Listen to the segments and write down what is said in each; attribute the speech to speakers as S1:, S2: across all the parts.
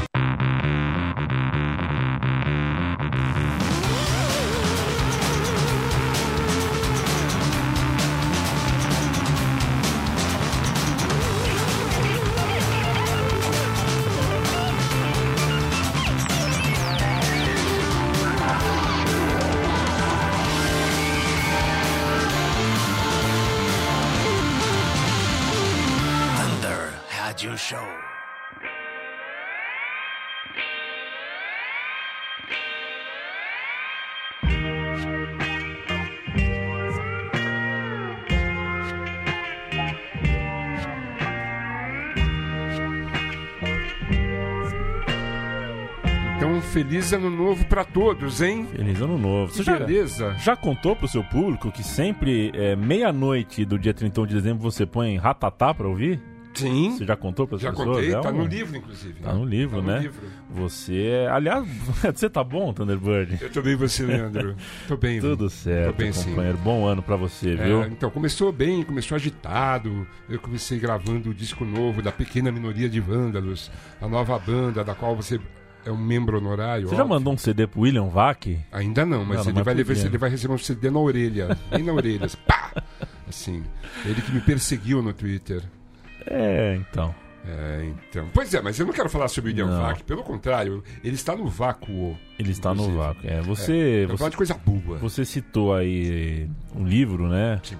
S1: Thunder Radio Show.
S2: Então, feliz ano novo pra todos, hein?
S3: Feliz ano novo.
S2: Que beleza.
S3: já contou pro seu público que sempre, é, meia-noite do dia 31 de dezembro, você põe ratatá pra ouvir?
S2: Sim.
S3: Você já contou pras
S2: Já
S3: pessoas?
S2: contei,
S3: É
S2: tá
S3: um-
S2: no livro, inclusive.
S3: Tá no livro,
S2: Tá no
S3: né?
S2: livro.
S3: Você é... Aliás, você tá bom, Thunderbird?
S2: Eu tô bem você, Leandro. tô bem.
S3: Tudo certo,
S2: Tô bem, sim.
S3: companheiro. Bom ano pra você,
S2: É,
S3: viu?
S2: então, começou bem, começou agitado. Eu comecei gravando o disco novo da Pequena Minoria de Vândalos, a nova banda da qual você é um membro honorário.
S3: Você já
S2: óbvio.
S3: mandou um CD pro William Vac?
S2: Ainda não, mas,
S3: Não, não,
S2: ele,
S3: mas
S2: vai levar,
S3: podia.
S2: ele vai receber um CD na orelha. Bem na orelha. assim, Pá! Assim. Ele que me perseguiu no Twitter.
S3: É, então.
S2: É, então. Pois é, mas eu não quero falar sobre o William Vac. Pelo contrário, ele está no vácuo.
S3: Ele está no
S2: Inclusive.
S3: vácuo. É, você,
S2: Eu vou
S3: você
S2: falar de coisa boa.
S3: Você citou aí um livro, né?
S2: Sim.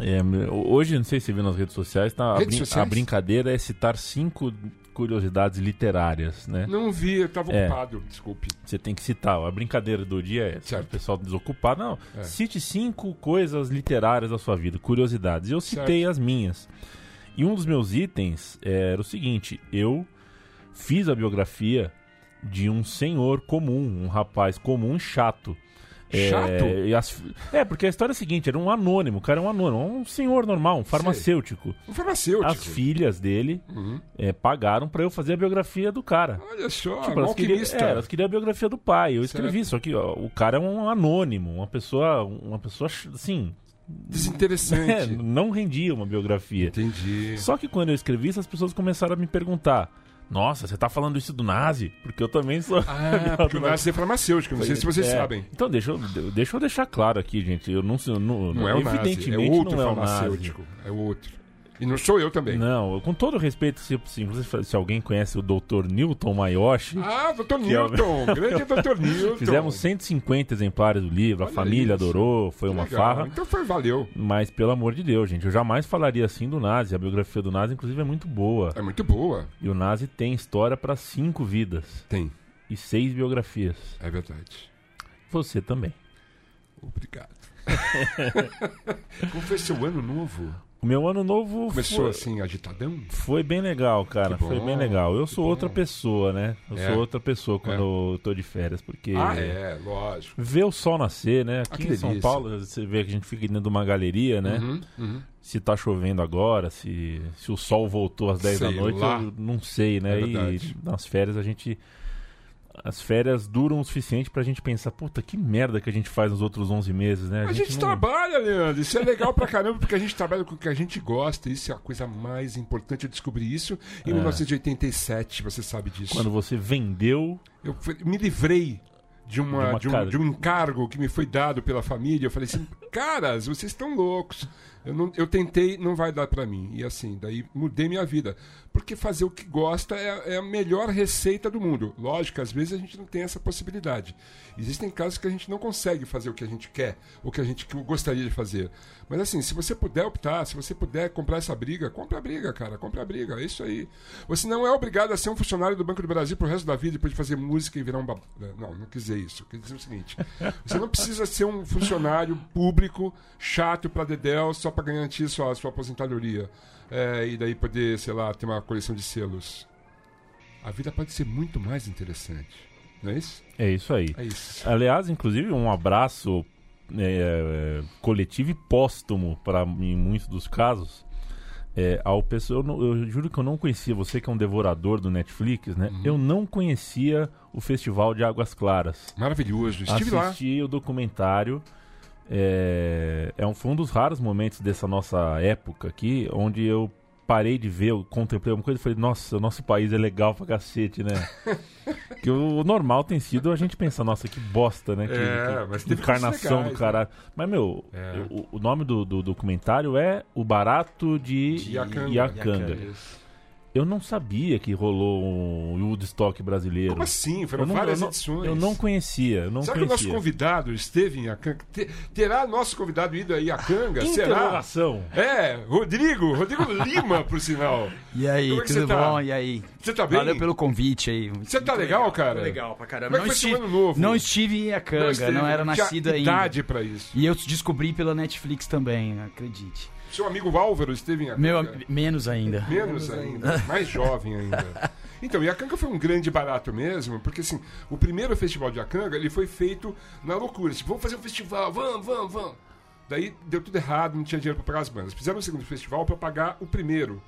S3: É, hoje, não sei se você viu nas redes sociais, tá, a,
S2: Redes
S3: brin-
S2: sociais?
S3: a brincadeira é citar cinco curiosidades literárias, né?
S2: Não vi, eu estava
S3: É.
S2: ocupado, desculpe.
S3: Você tem que citar. A brincadeira do dia é essa.
S2: Certo.
S3: O pessoal desocupado. Não,
S2: É.
S3: cite cinco coisas literárias da sua vida, curiosidades. Eu citei as minhas. E um dos meus itens é, era o seguinte: eu fiz a biografia de um senhor comum, um rapaz comum e chato.
S2: Chato?
S3: É, e as- é, porque a história é a seguinte: era um anônimo, o cara é um anônimo, um senhor normal, um farmacêutico.
S2: Um farmacêutico.
S3: As filhas dele
S2: Uhum.
S3: é, pagaram pra eu fazer a biografia do cara.
S2: Olha só, um
S3: Tipo, elas queriam,
S2: alquimista.
S3: é, elas queriam a biografia do pai. Eu escrevi, só que ó, o cara é um anônimo, uma pessoa, uma pessoa assim, é,
S2: Desinteressante.
S3: não rendia uma biografia.
S2: Entendi.
S3: Só que quando eu escrevi isso, as pessoas começaram a me perguntar: Nossa, você tá falando isso do Nazi? Porque eu também sou.
S2: Ah, porque o Nazi é farmacêutico, não sei se vocês
S3: É.
S2: sabem.
S3: Então deixa eu, de- deixa eu deixar claro aqui, gente. Eu não, sei- eu não,
S2: Não é o Nazi, é
S3: evidentemente
S2: outro
S3: não é o Nazi.
S2: farmacêutico. É outro. E não sou eu também.
S3: Não, eu- com todo respeito, se, se, se alguém conhece o Dr. Newton Maioshi,
S2: Ah, doutor
S3: Que é o-
S2: Newton, grande doutor Newton.
S3: fizemos 150 exemplares do livro, a
S2: Olha
S3: família
S2: isso.
S3: adorou, foi uma
S2: Legal.
S3: farra.
S2: Então foi, valeu.
S3: Mas, pelo amor de Deus, gente, eu jamais falaria assim do Nazi. A biografia do Nazi, inclusive, é muito boa.
S2: É muito boa.
S3: E o Nazi tem história para cinco vidas
S2: Tem,
S3: e seis biografias.
S2: é verdade.
S3: Você também.
S2: Obrigado. Como foi seu ano novo?
S3: O meu ano novo
S2: Começou
S3: foi,
S2: assim, agitadão?
S3: foi bem legal, cara.
S2: Que bom,
S3: foi bem legal. Eu
S2: que
S3: sou
S2: bom.
S3: outra pessoa, né? Eu
S2: É.
S3: sou outra pessoa quando eu tô de férias, porque.
S2: Ah, é, lógico.
S3: Ver o sol nascer, né?
S2: Ah, que
S3: Aqui em São
S2: delícia.
S3: Paulo, você vê que a gente fica dentro de uma galeria, né?
S2: Uhum, uhum.
S3: se tá chovendo agora, se, se o sol voltou às 10
S2: Sei
S3: da noite,
S2: lá.
S3: eu não sei,
S2: É
S3: né? e
S2: verdade.
S3: nas férias a gente. As férias duram o suficiente pra gente pensar, puta, que merda que a gente faz nos outros 11 meses, né?
S2: A gente
S3: não-
S2: trabalha, Leandro. Isso é legal pra caramba, porque a gente trabalha com o que a gente gosta. Isso é a coisa mais importante. Eu descobri isso em 1987, você sabe disso.
S3: Quando você vendeu.
S2: Eu fui- me livrei de, uma, de,
S3: De uma
S2: um,
S3: cara-
S2: de um encargo que me foi dado pela família. Eu falei assim, caras, vocês estão loucos. Eu, não- eu tentei, não vai dar pra mim. E assim, daí mudei minha vida. Porque fazer o que gosta é, é a melhor receita do mundo. Lógico, às vezes a gente não tem essa possibilidade. Existem casos que a gente não consegue fazer o que a gente quer, o que a gente gostaria de fazer. Mas assim, se você puder optar, se você puder comprar essa briga, compra a briga, cara, compra a briga, é isso aí. Você não é obrigado a ser um funcionário do Banco do Brasil pro resto da vida, depois de fazer música e virar um bab... Não, não quis dizer isso. Eu Quis dizer o seguinte: você não precisa ser um funcionário público chato pra Dedel só pra garantir sua, eh, sua aposentadoria. É, e daí poder, sei lá, ter uma coleção de selos. a vida pode ser muito mais interessante. Não é isso?
S3: É isso aí.
S2: É isso.
S3: Aliás, inclusive, um abraço é, é, coletivo e póstumo, para em muitos dos casos, é, ao pessoal. Eu, não- eu juro que eu não conhecia, você que é um devorador do Netflix,
S2: Uhum.
S3: né? Eu não conhecia o Festival de Águas Claras.
S2: Maravilhoso. Estive lá.
S3: Assisti o documentário. É, é um, foi um dos raros momentos dessa nossa época aqui, onde eu parei de ver, eu contemplei uma coisa e falei, nossa, o nosso país é legal pra cacete, né? que o, o normal tem sido a gente pensar, nossa, que bosta, né? Que,
S2: É,
S3: que
S2: mas teve
S3: encarnação
S2: coisas legais, né?"
S3: do caralho. Mas, meu,
S2: É.
S3: o, o nome do, do documentário é O Barato de,
S2: De Iacanga.
S3: Iacanga.
S2: Isso.
S3: Eu não sabia que rolou um Woodstock brasileiro.
S2: Como assim? Foram
S3: Eu não,
S2: várias
S3: eu não-
S2: edições.
S3: Eu não conhecia, eu não
S2: Será que o
S3: conhecia.
S2: nosso convidado esteve em Acanga? Te- Terá nosso convidado ido a Iacanga? Será?
S3: Interrogação.
S2: É, Rodrigo, Rodrigo Lima, por sinal.
S1: E aí,
S2: Como é que
S1: tudo
S2: você tá?
S1: bom? E aí?
S2: Você tá bem?
S1: Valeu pelo convite aí.
S2: Você tá legal, cara?
S1: Tô legal pra caramba.
S2: Como é que
S1: não,
S2: foi seu
S1: estive,
S2: ano novo?
S1: não estive em
S2: Não
S1: Iacanga,
S2: esteve,
S1: não, era
S2: não tinha
S1: nascido ainda.
S2: idade pra isso.
S1: E eu descobri pela Netflix também, acredite.
S2: Seu amigo Álvaro esteve em Iacanga?
S1: Meu, menos ainda.
S2: Menos ainda, né? mais jovem ainda. Então, Iacanga foi um grande barato mesmo, porque assim, o primeiro festival de Iacanga, ele foi feito na loucura. Tipo, vamos fazer um festival, vamos, vamos, vamos. Daí deu tudo errado, não tinha dinheiro pra pagar as bandas. Fizeram o segundo festival pra pagar o primeiro.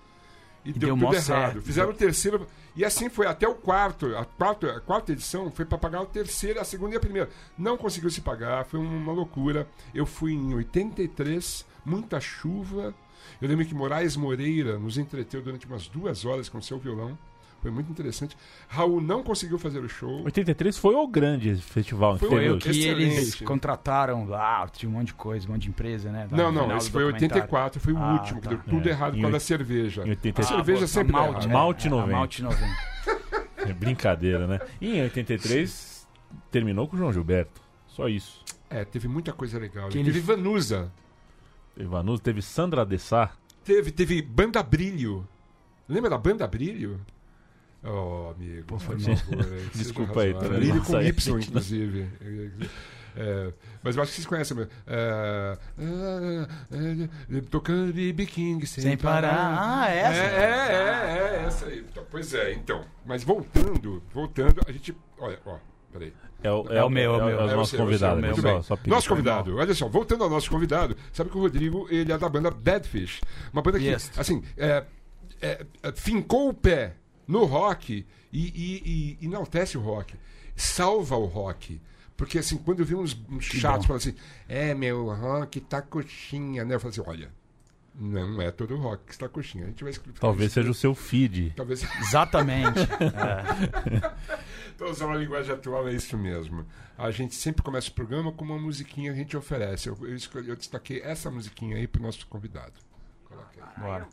S2: E, deu,
S1: deu mó
S2: tudo errado.
S1: certo.
S2: Fizeram o terceiro. E assim foi até o quarto. A, quarto, a quarta edição foi pra pagar o terceiro, a segunda e a primeira. Não conseguiu se pagar, foi um, uma loucura. Eu fui em 83, muita chuva. Eu lembro que Moraes Moreira nos entreteu durante umas duas horas com seu violão. Foi muito interessante. Raul não conseguiu fazer o show.
S3: 83 foi o grande festival
S2: Foi
S3: foi
S2: o
S3: teve.
S2: eu
S3: Eu
S1: Que
S2: Excelente.
S1: eles contrataram lá, tinha um monte de coisa, um monte de empresa, né?
S2: Não, não,
S1: Final
S2: esse
S1: do
S2: foi
S1: documentário.
S2: 84, foi o
S1: Ah,
S2: último, que
S1: tá.
S2: deu tudo
S3: É,
S2: errado por
S3: em
S2: causa da
S3: oit-
S2: cerveja.
S3: em 83.
S2: A cerveja
S1: Ah,
S2: sempre dá
S1: malte,
S2: errado.
S1: é,
S3: Malte
S1: é, a
S3: 90.
S1: Malte 90.
S3: É brincadeira, né? E em 83 terminou com o João Gilberto. Só isso.
S2: É, teve muita coisa legal.
S1: Que
S2: teve
S1: ele-
S2: Vanusa,
S3: Ivanus teve Sandra Dessá.
S2: teve, teve Banda Brilho. Lembra da Banda Brilho? Oh, amigo.
S1: foi
S2: por
S1: mal.
S2: favor, é, que
S3: Desculpa
S2: seja
S3: aí,
S2: razoável.
S3: tá
S2: Brilho
S3: vendo?
S2: com
S3: Nossa,
S2: Y,
S3: é.
S2: inclusive. É, mas eu acho que vocês conhecem mesmo. É, ah, é, tocando BB King sem,
S1: Sem parar. Ah, essa?
S2: É, é, é, é, essa aí. Então, Pois é, então. Mas voltando, voltando, a gente. Olha, ó, peraí.
S3: o,
S1: É o meu, é o meu.
S3: É o
S2: É
S3: nosso
S2: seu, é seu,
S3: convidado.
S2: muito
S3: só-
S2: bem.
S3: só pedir.
S2: nosso convidado, olha só, voltando ao nosso convidado, sabe que o Rodrigo ele é da banda Deadfish. Uma banda que,
S1: Yes.
S2: assim, é, é, é, fincou o pé no rock e, e- e enaltece o rock, salva o rock. Porque, assim, quando eu vi uns, uns chatos
S1: bom.
S2: falando assim, é, meu, rock tá coxinha, né? Eu falei assim, olha, não é todo rock que está coxinha. A gente vai explicar
S3: Talvez
S2: isso.
S3: seja o seu feed.
S2: Talvez
S1: Exatamente. É.
S2: Pra Então, usar uma linguagem atual, é isso mesmo. A gente sempre começa o programa com uma musiquinha que a gente oferece. Eu, eu, escolhi- eu destaquei essa musiquinha aí pro nosso convidado. Coloca aí.
S1: Bora.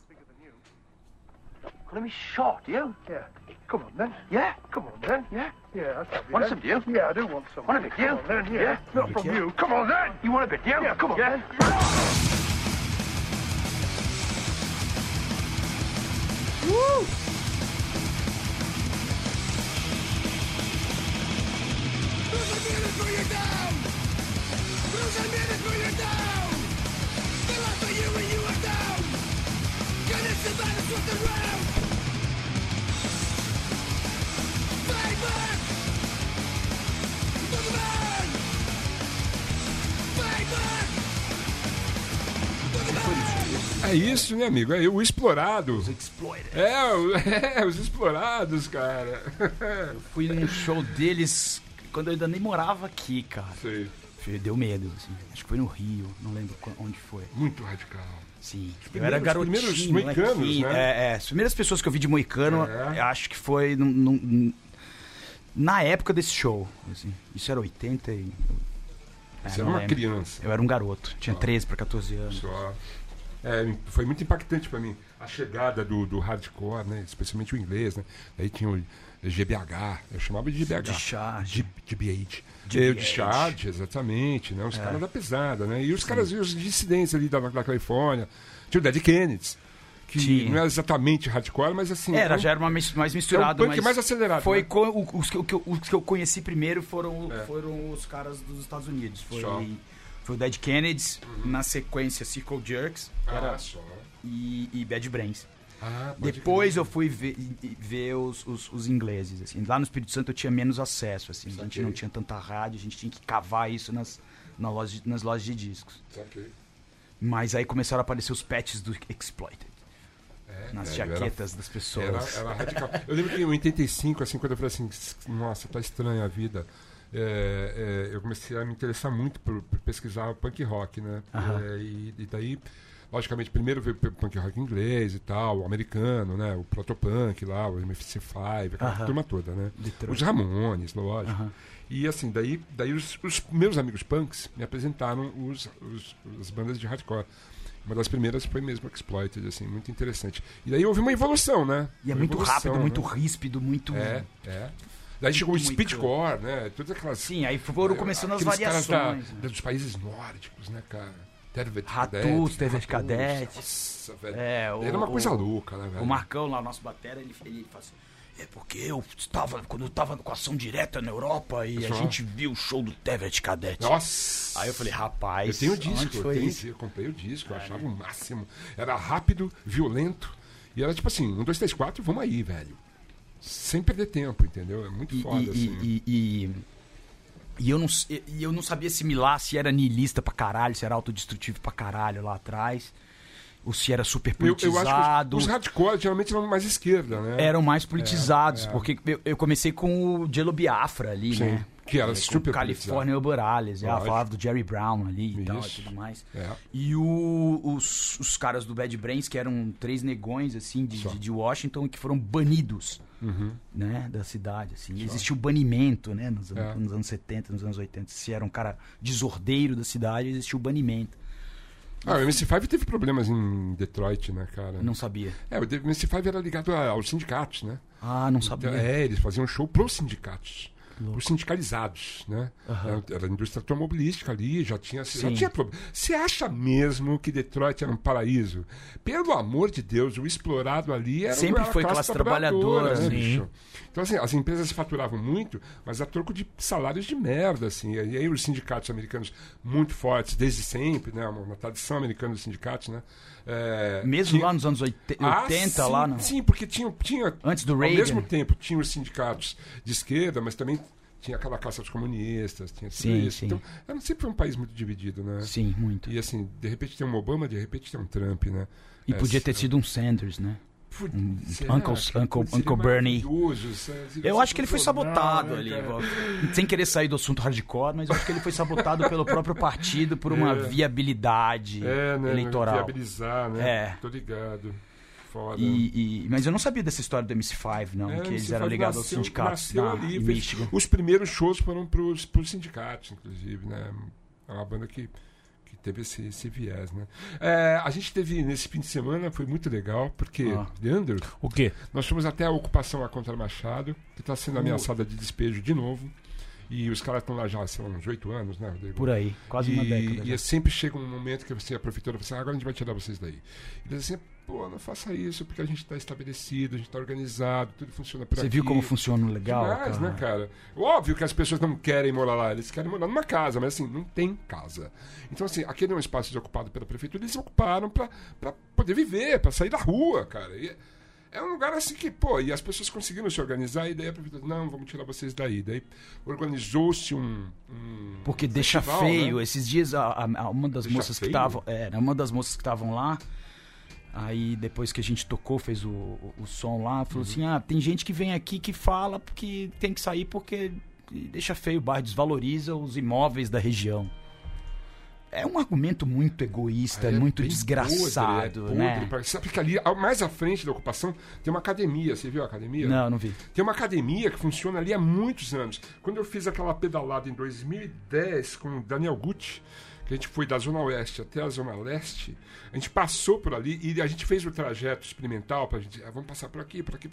S4: Let me shot you. Yeah. Come on then. Yeah. Come on then. Yeah. Yeah. That's want some deal? Yeah, I do want some. Want a bit deal? Come on then. Yeah. Not from you. Come on then. You want a bit deal? Yeah. Come on then.
S2: É isso, né, amigo? É o explorado. Os É, o- é, os explorados, cara.
S1: Fui num show deles quando eu ainda nem morava aqui, cara.
S2: Sei.
S1: Deu medo, assim. Acho que foi no Rio, não lembro qu- onde foi.
S2: Muito radical.
S1: Sim. eu
S2: primeiros-
S1: era garotinho.
S2: primeiros moicanos,
S1: molequinho.
S2: né?
S1: É, é, as primeiras pessoas que eu vi de moicano,
S2: É.
S1: eu acho que foi num- num- na época desse show. assim. Isso era 80 e... É,
S2: Você
S1: não
S2: era uma
S1: lembro.
S2: criança. Ah.
S1: Eu era um garoto, tinha 13 para 14 anos.
S2: Só. É, foi muito impactante pra mim a chegada do, do hardcore, né? Especialmente o inglês, né? Aí tinha o GBH, eu chamava de GBH.
S1: De charge.
S2: De BH.
S1: De É.
S2: Eu de
S1: BH.
S2: charge, exatamente, né? Os caras da pesada, né? E os caras, e os dissidentes ali da, da Califórnia. Tinha o Dead Kennedys, que
S1: Tinha.
S2: não era exatamente hardcore, mas assim...
S1: É, Era,
S2: um-
S1: já era uma mis- mais
S2: é um
S1: misturado,
S2: punk
S1: mas...
S2: mais acelerado.
S1: Foi
S2: né? É.
S1: co- o- os, que, eu- que eu- os que eu conheci primeiro foram, foram os caras dos Estados Unidos. Foi,
S2: Só. Uhum.
S1: foi o Dead Kennedys, na sequência Circle Jerks
S2: Ah, só.
S1: e, e Bad Brains.
S2: Ah, pode
S1: Depois eu fui ver, e- e- ver os, os- os ingleses. Assim. Lá no Espírito Santo eu tinha menos acesso. Assim. A gente
S2: Saquei.
S1: não tinha tanta rádio, a gente tinha que cavar isso nas, na loja de- nas lojas de discos.
S2: Saquei.
S1: Mas aí começaram a aparecer os patches do Exploited.
S2: É,
S1: Nas
S2: velho, era
S1: jaquetas das
S2: Era,
S1: pessoas.
S2: era é radical. Eu lembro que em 85, assim, quando eu falei assim, nossa, tá estranha a vida. é, é, eu comecei a me interessar muito por, por pesquisar punk rock, né?
S1: Aham.
S2: É, e, e daí, logicamente, primeiro veio o punk rock inglês e tal, o americano, né? O protopunk lá, o MFC5, aquela
S1: Aham.
S2: turma toda, né?
S1: Detroit.
S2: Os Ramones, lógico.
S1: Aham.
S2: E assim, daí, daí os, os meus amigos punks me apresentaram os, os- as bandas de hardcore. Uma das primeiras foi mesmo Exploited, assim, muito interessante. E daí houve uma evolução, né?
S1: E é
S2: Uma
S1: muito
S2: evolução,
S1: rápido,
S2: né?
S1: muito ríspido, muito.
S2: É, é. Daí chegou o
S1: Muito.
S2: speedcore, né? Todas aquelas.
S1: Sim, aí foram começando as
S2: É, aqueles caras
S1: variações.
S2: da-
S1: né?
S2: da- dos países nórdicos, né, cara? Tervet
S1: Ratus,
S2: Cadet,
S1: Tervet
S2: Ratus.
S1: Cadet.
S2: Nossa, velho.
S1: É, o-
S2: Era uma coisa
S1: o-
S2: louca, né, velho?
S1: O Marcão lá, o nosso batera, ele, ele fala assim, é porque eu estava, quando eu estava com ação direta na Europa e a
S2: Pessoal.
S1: gente viu o show do Tevet Cadete.
S2: Nossa!
S1: Aí eu falei, rapaz,
S2: Eu tenho o
S1: onde
S2: disco, eu,
S1: foi
S2: tenho,
S1: isso? É.
S2: eu comprei o disco, eu achava o máximo. Era rápido, violento. E era tipo assim, um, dois, três, quatro, vamos aí, velho. Sem perder tempo, entendeu? É muito
S1: E,
S2: foda,
S1: e-
S2: assim.
S1: e- e- e eu, não, s- e- e eu não sabia assimilar se era niilista pra caralho, se era autodestrutivo pra caralho lá atrás, ou se era super
S2: eu, eu acho que
S1: politizado. É,
S2: os, os hardcore geralmente eram mais esquerda, né?
S1: Eram mais politizados,
S2: é.
S1: porque eu, eu comecei com o Jello Biafra ali,
S2: Sim,
S1: né?
S2: que era
S1: Com
S2: super
S1: California Oberales, ela
S2: Lógico.
S1: falava do Jerry Brown ali e tal e
S2: Isso.
S1: tudo mais.
S2: É.
S1: E o- os, os caras do Bad Brains, que eram três negões, assim, de, de, de Washington, que foram banidos,
S2: Uhum.
S1: né, da cidade, assim. E Existia o banimento, né, nos, an-
S2: É.
S1: nos anos 70, nos anos 80. Se era um cara desordeiro da cidade, existia o banimento.
S2: Ah, o MC5 teve problemas em Detroit, né, cara?
S1: Não sabia.
S2: É, o MC5 era ligado a- aos sindicatos, né?
S1: Ah, não
S2: Então,
S1: sabia.
S2: é, eles faziam show pros sindicatos. Os sindicalizados, né? Era, era a indústria automobilística ali, já tinha. Já
S1: Sim.
S2: tinha problema. Você acha mesmo que Detroit era um paraíso? Pelo amor de Deus, o explorado ali era
S1: Sempre
S2: uma
S1: foi classe trabalhadora,
S2: né,
S1: sim.
S2: bicho? Então, assim, as empresas faturavam muito, mas a troco de salários de merda, assim. E aí os sindicatos americanos, muito fortes, desde sempre, né? Uma, uma tradição americana dos sindicatos, né? É,
S1: Mesmo
S2: tinha-
S1: lá nos anos 80,
S2: ah,
S1: 80
S2: sim,
S1: lá, não.
S2: Sim, porque tinha, tinha
S1: Antes do
S2: Ao
S1: Reagan.
S2: mesmo tempo tinha os sindicatos de esquerda, mas também tinha aquela caça dos comunistas, tinha tudo
S1: Sim,
S2: isso.
S1: sim.
S2: Então, era sempre um país muito dividido, né?
S1: Sim, muito.
S2: E assim, de repente tem um Obama, de repente tem um Trump, né?
S1: E
S2: É,
S1: podia
S2: se-
S1: ter sido um Sanders, né?
S2: Put-
S1: um
S2: será
S1: Uncle-
S2: que
S1: Uncle-
S2: seria
S1: Uncle Bernie.
S2: maravilhoso, se- se-
S1: Eu
S2: se
S1: acho que ele foi
S2: Bolsonaro,
S1: sabotado
S2: né,
S1: ali,
S2: cara?
S1: Bob. sem querer sair do assunto hardcore, mas eu acho que ele foi sabotado pelo próprio partido por uma
S2: É.
S1: viabilidade
S2: É, né?
S1: eleitoral.
S2: Viabilizar, né?
S1: É.
S2: Tô ligado. Foda.
S1: E- e- mas eu não sabia dessa história do MC5, não,
S2: É,
S1: que
S2: o
S1: eles
S2: MC5
S1: eram ligados aos
S2: nasceu-
S1: sindicatos
S2: nasceu
S1: na,
S2: ali,
S1: em
S2: fez-
S1: Michigan.
S2: Os primeiros shows foram pros, pros sindicatos, inclusive, né? É uma banda que, que teve esse, esse viés, né? É, a gente teve nesse fim de semana, foi muito legal, porque,
S1: Ah.
S2: Leandro,
S3: O quê?
S2: nós fomos até a ocupação a contra Machado, que está
S1: Uh.
S2: sendo ameaçada de despejo de novo. E os caras estão lá já, sei lá, uns oito anos, né, Rodrigo?
S1: Por aí, quase uma
S2: e,
S1: década.
S2: E
S1: já.
S2: sempre chega um momento que você, a prefeitura fala assim, "Ah, agora a gente vai tirar vocês daí. E eles assim, pô, não faça isso, porque a gente está estabelecido, a gente está organizado, tudo funciona por
S1: Você
S2: aqui.
S1: viu como funciona o legal?
S2: Demais,
S1: cara?
S2: né, cara? Óbvio que as pessoas não querem morar lá, eles querem morar numa casa, mas assim, não tem casa. Então, assim, aquele é um espaço desocupado pela prefeitura, eles ocuparam pra, pra poder viver, pra sair da rua, cara. E é um lugar assim que, pô, e as pessoas conseguiram se organizar, e daí a prefeitura, não, vamos tirar vocês daí. Daí organizou-se um, um-
S1: Porque deixa
S2: festival,
S1: feio.
S2: né?
S1: Esses dias a, a- a- uma das
S2: Deixa
S1: moças que
S2: feio?
S1: estavam, era uma das moças que estavam lá. Aí depois que a gente tocou, fez o, o- o som lá, falou assim:
S2: Uhum.
S1: "Ah, tem gente que vem aqui que fala que tem que sair porque deixa feio o bairro, desvaloriza os imóveis da região". É um argumento muito egoísta,
S2: É
S1: muito
S2: bem podre,
S1: desgraçado,
S2: é podre
S1: né?
S2: pra- Sabe que ali, ao- mais à frente da ocupação, tem uma academia, você viu a academia?
S1: Não, não vi.
S2: Tem uma academia que funciona ali há muitos anos. Quando eu fiz aquela pedalada em 2010 com o Daniel Gucci, que a gente foi da Zona Oeste até a Zona Leste, a gente passou por ali e a gente fez o trajeto experimental para a gente. ah, vamos passar por aqui, por aqui.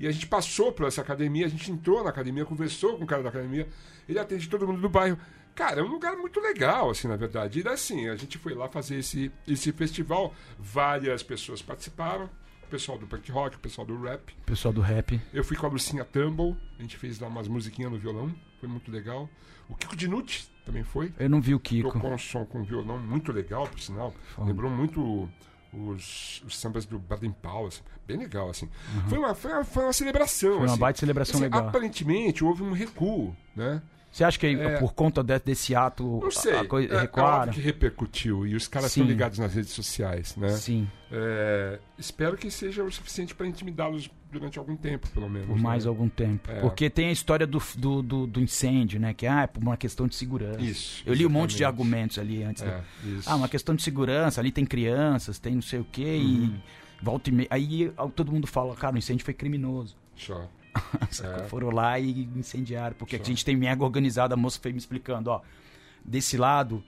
S2: E a gente passou por essa academia, a gente entrou na academia, conversou com o cara da academia, ele atende todo mundo do bairro. Cara, é um lugar muito legal, assim, na verdade. E daí, assim, a gente foi lá fazer esse, esse festival, várias pessoas participaram, o pessoal do punk rock, o pessoal do rap.
S1: Pessoal do rap.
S2: Eu fui com a Lucinha Tumble, a gente fez lá umas musiquinhas no violão, foi muito legal. O Kiko Dinucci também foi,
S1: Eu não vi o Kiko.
S2: um tocou um som com violão muito legal, por sinal. Lembrou muito os, os sambas do Baden Powell, assim, bem legal, assim. Foi, uma, foi, uma, foi uma celebração.
S1: Uhum. Foi uma
S2: assim.
S1: baita celebração
S2: Assim,
S1: legal.
S2: Aparentemente houve um recuo, né?
S1: Você acha que
S2: É.
S1: por conta de- desse ato
S2: Não sei.
S1: a- a coisa
S2: é,
S1: recuaram?
S2: óbvio que repercutiu e os caras
S1: Sim.
S2: estão ligados nas redes sociais, né?
S1: Sim,
S2: É, espero que seja o suficiente para intimidá-los durante algum tempo, pelo menos.
S1: por mais
S2: né?
S1: algum tempo.
S2: É.
S1: Porque tem a história do, f- do, do, do incêndio, né? Que ah, é por uma questão de segurança.
S2: Isso.
S1: Eu li um monte de
S2: exatamente.
S1: argumentos ali antes. da-
S2: É, isso.
S1: Ah, uma questão de segurança, ali tem crianças, tem não sei o quê,
S2: Uhum.
S1: e volta e meia. Aí ah, todo mundo fala, cara, o incêndio foi criminoso.
S2: Só.
S1: Sacou?
S2: É.
S1: Foram lá e incendiaram. Porque
S2: Só.
S1: a gente tem mega organizada, a moça foi me explicando, ó. Desse lado,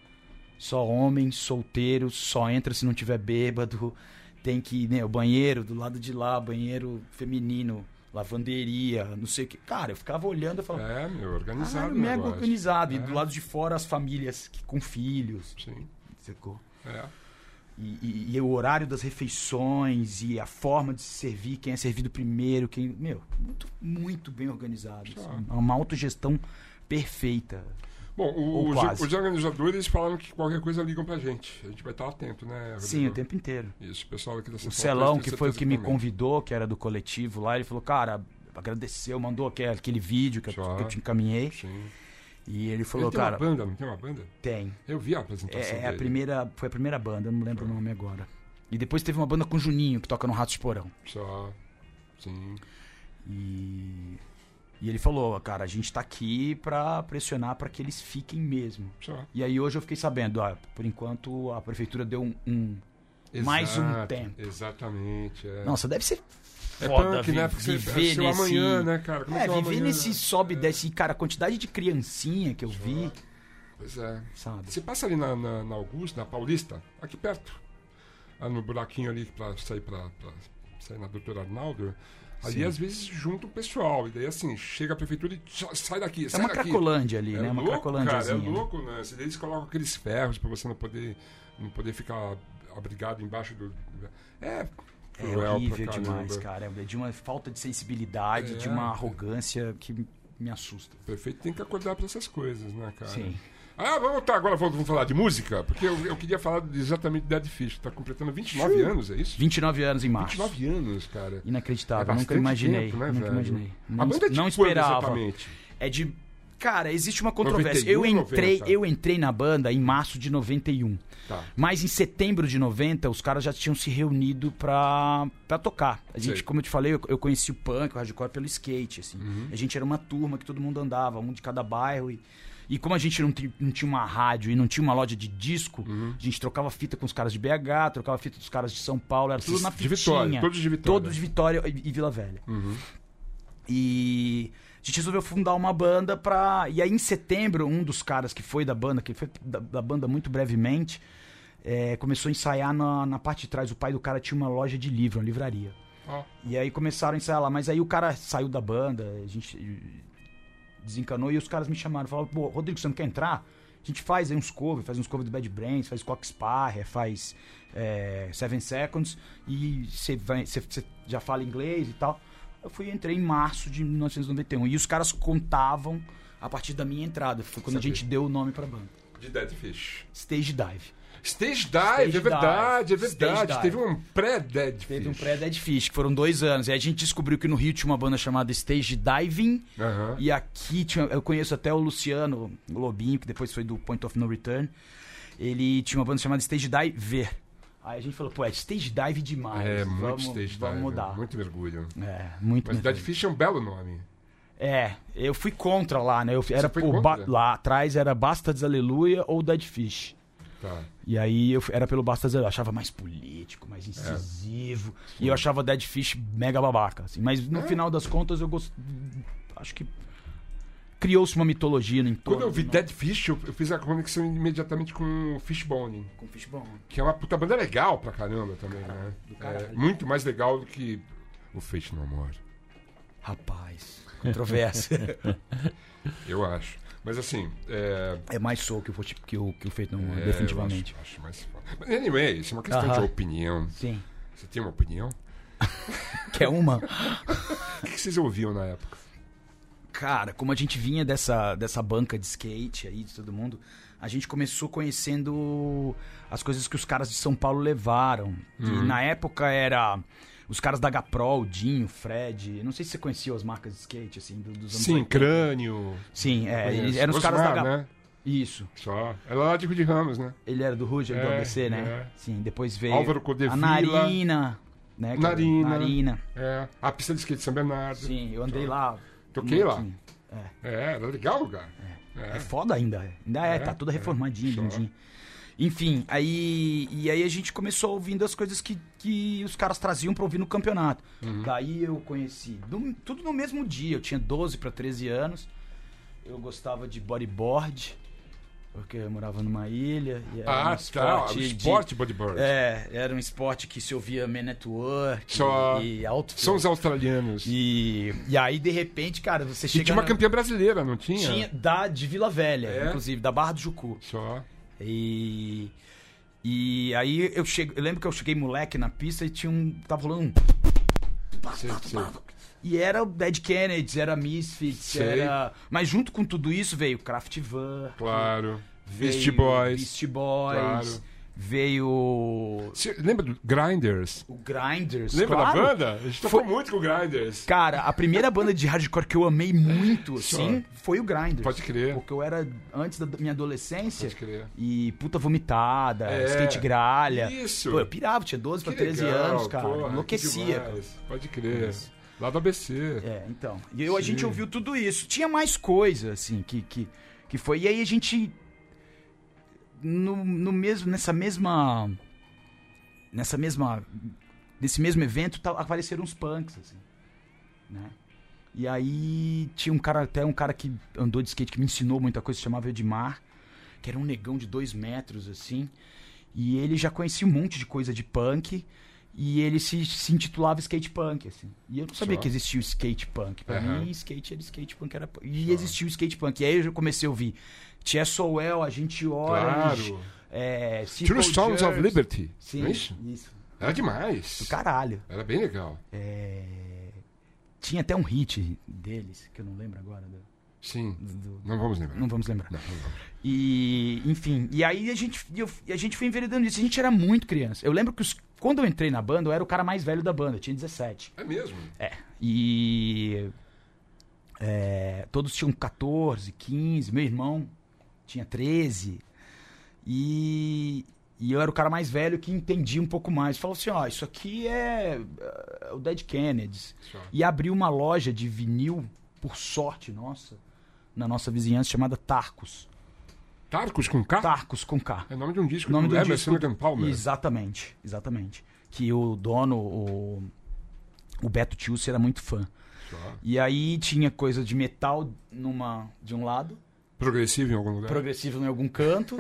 S1: só homem, solteiro, só entra se não tiver bêbado. Tem que ir, né, o banheiro do lado de lá, banheiro feminino, lavanderia, não sei o que. Cara, eu ficava olhando e falava,
S2: É, meu, organizado.
S1: caralho,
S2: o
S1: mega
S2: negócio.
S1: organizado. E do
S2: É.
S1: lado de fora as famílias que, com filhos,
S2: Sim.
S1: sacou?
S2: É.
S1: E, e- e o horário das refeições e a forma de se servir, quem é servido primeiro, quem. Meu, muito, muito bem organizado.
S2: Tá.
S1: assim. É uma autogestão perfeita.
S2: Bom, o-
S1: Ou
S2: os,
S1: quase.
S2: os organizadores falaram que qualquer coisa ligam pra gente. A gente vai estar atento, né?
S1: Sim,
S2: Rodrigo?
S1: o tempo inteiro.
S2: Isso, o pessoal aqui da
S1: O
S2: Central
S1: Celão,
S2: Três,
S1: que
S2: tenho
S1: foi o
S2: certeza
S1: que me
S2: também.
S1: convidou, que era do coletivo lá, ele falou, cara. Agradeceu, mandou aquele, aquele vídeo que eu,
S2: Só.
S1: que eu te encaminhei.
S2: Sim.
S1: E ele
S2: Ele
S1: falou,
S2: tem
S1: cara,
S2: uma banda, não tem uma banda?
S1: tem.
S2: Eu vi a apresentação
S1: É, é a
S2: dele.
S1: primeira, foi a primeira banda, eu não lembro o nome agora. E depois teve uma banda com o Juninho, que toca no Ratos de Porão.
S2: Só. Sim.
S1: E, e ele falou, cara, a gente tá aqui pra pressionar pra que eles fiquem mesmo.
S2: Só.
S1: E aí hoje eu fiquei sabendo, ah, por enquanto a prefeitura deu um. um- Mais um
S2: Exato,
S1: tempo.
S2: Exatamente. É.
S1: Nossa, deve ser
S2: é
S1: foda
S2: punk, né?
S1: vi-
S2: Porque você
S1: viver
S2: é seu
S1: nesse-
S2: amanhã, né, cara? Como
S1: É,
S2: que o
S1: viver
S2: amanhã?
S1: nesse sobe e
S2: É,
S1: desce. E, Cara, a quantidade de criancinha que eu vi,
S2: Pois é.
S1: sabe?
S2: Você passa ali na, na, na Augusta, na Paulista, aqui perto. Ah, no buraquinho ali pra sair pra, pra sair na doutora Arnaldo. Ali
S1: Sim.
S2: às vezes junta o pessoal. E daí assim, chega a prefeitura e sa- sai daqui,
S1: É
S2: sai
S1: uma
S2: daqui.
S1: cracolândia ali, né? Uma
S2: louco, cara, é
S1: cracolândiazinha. né?
S2: louco, né? Se Eles colocam aqueles ferros pra você não poder, não poder ficar abrigado embaixo do. É,
S1: É
S2: cruel pra
S1: horrível
S2: caramba.
S1: demais, cara. É de uma falta de sensibilidade,
S2: É.
S1: de uma arrogância que me assusta.
S2: O prefeito tem que acordar pra essas coisas, né, cara?
S1: Sim.
S2: Ah, vamos voltar agora, vamos vamos falar de música, porque eu, eu queria falar de- exatamente de Dead Fish. Tá completando 29 anos, é isso?
S1: 29 anos em março.
S2: 29 anos, cara.
S1: Inacreditável,
S2: É
S1: nunca
S2: bastante
S1: imaginei.
S2: tempo, né,
S1: nunca
S2: velho?
S1: imaginei.
S2: a
S1: Não,
S2: banda é de
S1: não
S2: quando
S1: esperava.
S2: exatamente?
S1: É de. Cara, existe uma controvérsia.
S2: 91,
S1: eu entrei,
S2: 90.
S1: eu entrei na banda em março de 91.
S2: Tá.
S1: Mas em setembro de 90, os caras já tinham se reunido pra, pra tocar. A gente,
S2: Sei.
S1: como eu te falei, eu, eu conheci o punk, o hardcore pelo skate, assim.
S2: Uhum.
S1: A gente era uma turma que todo mundo andava, um de cada bairro. E, e como a gente não, ti- não tinha uma rádio e não tinha uma loja de disco,
S2: Uhum.
S1: a gente trocava fita com os caras de BH, trocava fita dos caras de São Paulo, era tudo na
S2: De
S1: fitinha.
S2: Vitória, todos de Vitória. Uhum.
S1: Todos de Vitória e, e Vila Velha. E a gente resolveu fundar uma banda pra. E aí, em setembro, um dos caras que foi da banda, que foi da, da banda muito brevemente, eh, começou a ensaiar na, na parte de trás. O pai do cara tinha uma loja de livro, uma livraria.
S2: Ó,
S1: E aí começaram a ensaiar lá. Mas aí o cara saiu da banda, a gente desencanou e os caras me chamaram. Falaram, pô, Rodrigo, você não quer entrar? A gente faz aí uns covers, faz uns covers do Bad Brains, faz Cox Parrer, faz eh, Seven Seconds e você vai- você- você já fala inglês e tal. Eu fui entrei em março de 1991 e os caras contavam a partir da minha entrada. Foi quando
S2: Sabe.
S1: a gente deu o nome pra banda.
S2: de Dead Fish.
S1: Stage Dive.
S2: Stage Dive,
S1: Stage
S2: é verdade,
S1: Dive.
S2: é verdade.
S1: Stage
S2: Teve
S1: Dive.
S2: um pré-Dead Fish.
S1: Teve um pré-Dead Fish, que foram dois anos. E aí a gente descobriu que no Rio tinha uma banda chamada Stage Diving.
S2: Aham.
S1: E aqui tinha- eu conheço até o Luciano o Lobinho, que depois foi do Point of No Return. Ele tinha uma banda chamada Stage Dive Ver. Aí a gente falou, pô, é Stage Dive demais.
S2: É, muito
S1: vamos,
S2: Stage
S1: Vamos
S2: Dive.
S1: mudar.
S2: Muito mergulho.
S1: É, muito
S2: Mas
S1: mesmo.
S2: Dead Fish é um belo nome.
S1: É, eu fui contra lá, né? Eu fui- era
S2: foi
S1: por
S2: contra?
S1: ba- lá atrás era Bastards Aleluia ou Dead Fish.
S2: Tá.
S1: E aí eu fui- era pelo Bastards Aleluia, eu achava mais político, mais incisivo.
S2: É.
S1: E eu achava Dead Fish mega babaca, assim. Mas no final das contas eu gosto acho que criou-se uma mitologia no entorno.
S2: Quando eu vi
S1: né?
S2: Dead Fish, eu, eu fiz a conexão imediatamente com o Fishbone,
S1: Com Fishbone.
S2: que é uma puta banda legal pra caramba também, né?
S1: caralho.
S2: É, muito mais legal do que o Fish No More,
S1: Rapaz, controvérsia.
S2: eu acho. Mas assim, é,
S1: é mais soul que o, Fute- que o, que o feito não,
S2: é, eu
S1: definitivamente.
S2: acho, acho mais foda. Mas anyway, isso é uma questão
S1: Aham.
S2: de opinião.
S1: Sim.
S2: Você tem uma opinião?
S1: Quer uma?
S2: O que que vocês ouviam na época?
S1: Cara, como a gente vinha dessa, dessa banca de skate aí, de todo mundo, a gente começou conhecendo as coisas que os caras de São Paulo levaram.
S2: Uhum.
S1: E na época era os caras da Gaprol, o Dinho, o Fred. Não sei se você conhecia as marcas de skate, assim, do- dos anos
S2: Sim,
S1: 80.
S2: crânio.
S1: Sim, é,
S2: Conheço.
S1: eles eram os caras da
S2: Osmar,
S1: Gaprol.
S2: né?
S1: Isso.
S2: Só. Ela lá de Rudy Ramos, né?
S1: Ele era do Ruger, do
S2: É,
S1: ABC, né?
S2: é.
S1: Sim, depois veio
S2: Álvaro
S1: a
S2: Codevila.
S1: Narina. Né, cara?
S2: Narina.
S1: Narina.
S2: É. A pista de skate de São Bernardo.
S1: Sim, eu andei lá.
S2: Toquei lá.
S1: Sim.
S2: É, era legal o lugar.
S1: É foda ainda. Ainda é,
S2: É,
S1: tá tudo
S2: é.
S1: reformadinho,
S2: Só.
S1: lindinho. Enfim, aí. E aí a gente começou ouvindo as coisas que, que os caras traziam pra ouvir no campeonato.
S2: Uhum.
S1: Daí eu conheci. do- tudo no mesmo dia. Eu tinha 12 pra 13 anos. Eu gostava de bodyboard. Porque eu morava numa ilha. E era um
S2: Ah, tá.
S1: esporte
S2: O
S1: de-
S2: esporte bodyboard.
S1: É, era um esporte que se ouvia Man at Work
S2: Só.
S1: e Outfield.
S2: São os australianos. E,
S1: E, e aí, de repente, cara, você chega...
S2: tinha uma
S1: na-
S2: campeã brasileira, não tinha?
S1: Tinha da, de Vila Velha,
S2: É?
S1: inclusive, da Barra do Jucu.
S2: Só.
S1: E... E aí eu chego, eu lembro que eu cheguei moleque na pista e tinha um, tava rolando um,
S2: Sei, sei.
S1: e era o Dead Kennedys, era Misfits,
S2: Sei.
S1: era, mas junto com tudo isso veio Kraft Van,
S2: Claro.
S1: veio
S2: Beast Boys.
S1: Beastie Boys,
S2: Claro.
S1: veio
S2: Você lembra do Grinders?
S1: o Grinders,
S2: Lembra
S1: claro,
S2: da banda? A gente tocou muito com o Grinders.
S1: Cara, a primeira banda de hardcore que eu amei muito, sim, foi o Grinders.
S2: Pode crer.
S1: Porque eu era antes da minha adolescência.
S2: Pode crer.
S1: E puta vomitada,
S2: É.
S1: skate gralha.
S2: Isso.
S1: Pô, eu pirava, tinha 12 pra
S2: Que
S1: 13
S2: legal,
S1: anos, cara.
S2: porra, que
S1: Enlouquecia, cara.
S2: demais. Pode crer. Lá do ABC.
S1: É, então. E eu, a
S2: Sim.
S1: gente ouviu tudo isso. Tinha mais coisa, assim, que, que, que foi. E aí a gente. No, no mesmo, nessa mesma. Nessa mesma. Nesse mesmo evento tá- apareceram uns punks, assim. Né? E aí tinha um cara, até um cara que andou de skate, que me ensinou muita coisa, se chamava Edmar, que era um negão de dois metros, assim. E ele já conhecia um monte de coisa de punk. E ele se, se intitulava skate punk, assim. E eu não sabia
S2: Só.
S1: que existia o skate punk. Pra
S2: Aham.
S1: mim, skate era skate punk. Era... punk. E existia o skate punk. E aí eu já comecei a ouvir Chesowell, A Gente Orange.
S2: Claro.
S1: É, Circle
S2: True Sounds of
S1: Jerks.
S2: Liberty.
S1: Sim,
S2: não é isso?
S1: isso.
S2: Era demais.
S1: Do caralho.
S2: Era bem legal.
S1: É, Tinha até um hit deles, que eu não lembro agora. né? do-
S2: Sim.
S1: do-
S2: Não vamos lembrar.
S1: Não vamos lembrar.
S2: Não, não vamos.
S1: E, enfim, e aí a gente, e eu- e a gente foi enveredando isso. A gente era muito criança. Eu lembro que os- quando eu entrei na banda, eu era o cara mais velho da banda, eu tinha 17.
S2: É mesmo.
S1: É. E. é, todos tinham 14, 15. Meu irmão tinha 13. E. E eu era o cara mais velho que entendia um pouco mais. Falou assim: ó, isso aqui é, é o Dead Kennedys.
S2: Só.
S1: E abriu uma loja de vinil, por sorte nossa, na nossa vizinhança, chamada Tarcos.
S2: Tarcos com K?
S1: Tarcos com K.
S2: É o nome de um disco
S1: O Tá. nome
S2: do
S1: do
S2: Emerson
S1: disco-
S2: Lugand Palmer.
S1: Exatamente, exatamente. Que o dono, o, o Beto Tilce, era muito fã.
S2: Só.
S1: E aí tinha coisa de metal numa de um lado,
S2: Progressivo em algum lugar?
S1: progressivo em algum canto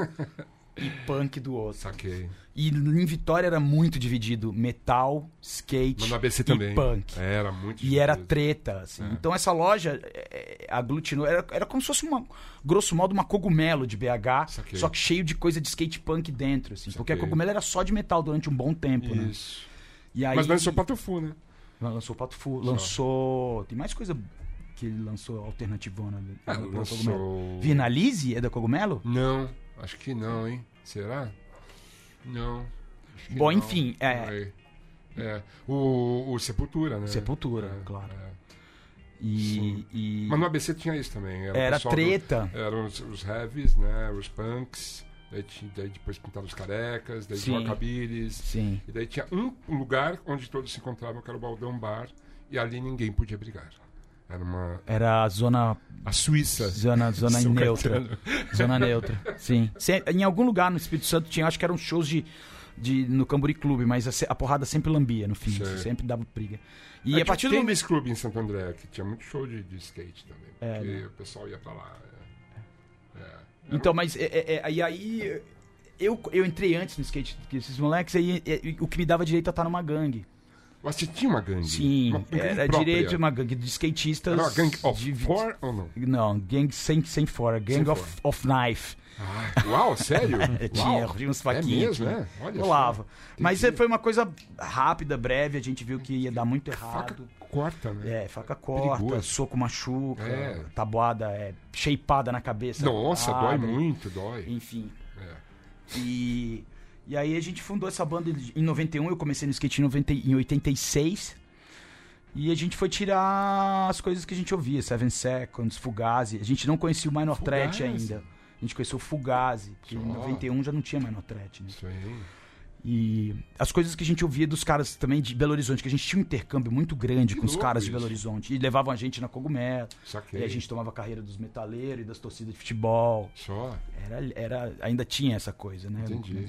S1: e punk do outro.
S2: Saquei.
S1: E em Vitória era muito dividido metal, skate
S2: Mas no ABC
S1: e
S2: também.
S1: punk.
S2: É, Era muito
S1: E era
S2: divertido.
S1: treta, assim. Então essa loja é, é, aglutinou, era, era como se fosse uma, grosso modo, uma cogumelo de BH,
S2: Saquei.
S1: só que cheio de coisa de skate punk dentro, assim. Porque a
S2: Saquei.
S1: cogumelo era só de metal durante um bom tempo, né?
S2: Isso.
S1: E aí,
S2: Mas lançou Patofu, né?
S1: Lançou o Pato Fu, lançou. Tem mais coisa que ele lançou alternativona do-
S2: Ah,
S1: do
S2: lançou.
S1: Vinalize é da Cogumelo?
S2: Não, acho que não, hein? Será? Não. acho que
S1: Bom,
S2: não.
S1: enfim, é.
S2: Aí. É. O, o Sepultura, né?
S1: Sepultura,
S2: É,
S1: claro.
S2: é.
S1: E. e-
S2: Mas no ABC tinha isso também. Era, o
S1: Era
S2: pessoal do-
S1: treta.
S2: eram os, os heavies, né? Os punks. Daí, tinha- daí depois pintaram os carecas, daí os
S1: Sim.
S2: rockabilis.
S1: Sim.
S2: E daí tinha um lugar onde todos se encontravam, que era o Baldão Bar. E ali ninguém podia brigar. Era uma...
S1: Era a zona.
S2: A Suíça.
S1: Zona, zona
S2: São
S1: neutra.
S2: Caetano.
S1: Zona neutra. Sim. Se- em algum lugar no Espírito Santo tinha, acho que eram shows de. de no Cambori Clube, mas a, se- a porrada sempre lambia no fim.
S2: Sei.
S1: Sempre dava briga.
S2: É,
S1: E
S2: tinha
S1: a partir
S2: o
S1: do momento.
S2: Tênis Clube em Santo André, que tinha muito show de, de skate também.
S1: É,
S2: porque
S1: né?
S2: o pessoal ia pra lá. é. É.
S1: Então, mas é, é, é, e aí eu, eu entrei antes no skate que esses moleques, aí é, é, o que me dava direito a estar numa gangue.
S2: Mas você tinha uma gangue? uma
S1: Sim,
S2: gangue
S1: era
S2: própria.
S1: direito uma gangue de skatistas.
S2: Era uma gangue of
S1: de vi-
S2: four ou não?
S1: Não, gangue sem, sem fora, gangue
S2: Sem
S1: of, of knife.
S2: Ah, uau, sério?
S1: Tinha,
S2: Uau.
S1: tinha uns
S2: É
S1: faquinhos.
S2: mesmo, né? Olha só.
S1: Rolava. Mas é,
S2: Entendi.
S1: foi uma coisa rápida, breve, a gente viu que ia dar muito
S2: Faca
S1: errado.
S2: corta, né?
S1: É, faca corta,
S2: Perigoso.
S1: soco machuca,
S2: É.
S1: tabuada é shapeada na cabeça.
S2: Nossa, dói
S1: abre,
S2: muito, dói.
S1: Enfim.
S2: É.
S1: E, e aí a gente fundou essa banda em 91, eu comecei no skate em, 90, e- em 86. E a gente foi tirar as coisas que a gente ouvia, Seven Seconds, Fugazi. A gente não conhecia o Minor Threat
S2: Fugazi?
S1: ainda. A gente conheceu o Fugazi, que em
S2: Só.
S1: 91 já não tinha Minor Threat, né?
S2: Isso aí.
S1: E as coisas que a gente ouvia dos caras também de Belo Horizonte, que a gente tinha um intercâmbio muito grande
S2: Que
S1: com os
S2: louco
S1: caras de
S2: isso.
S1: Belo Horizonte. E levavam a gente na Cogumelo.
S2: Saquei.
S1: E a gente tomava carreira dos metaleiros e das torcidas de futebol.
S2: Só.
S1: Era, era, ainda tinha essa coisa, né?
S2: Entendi.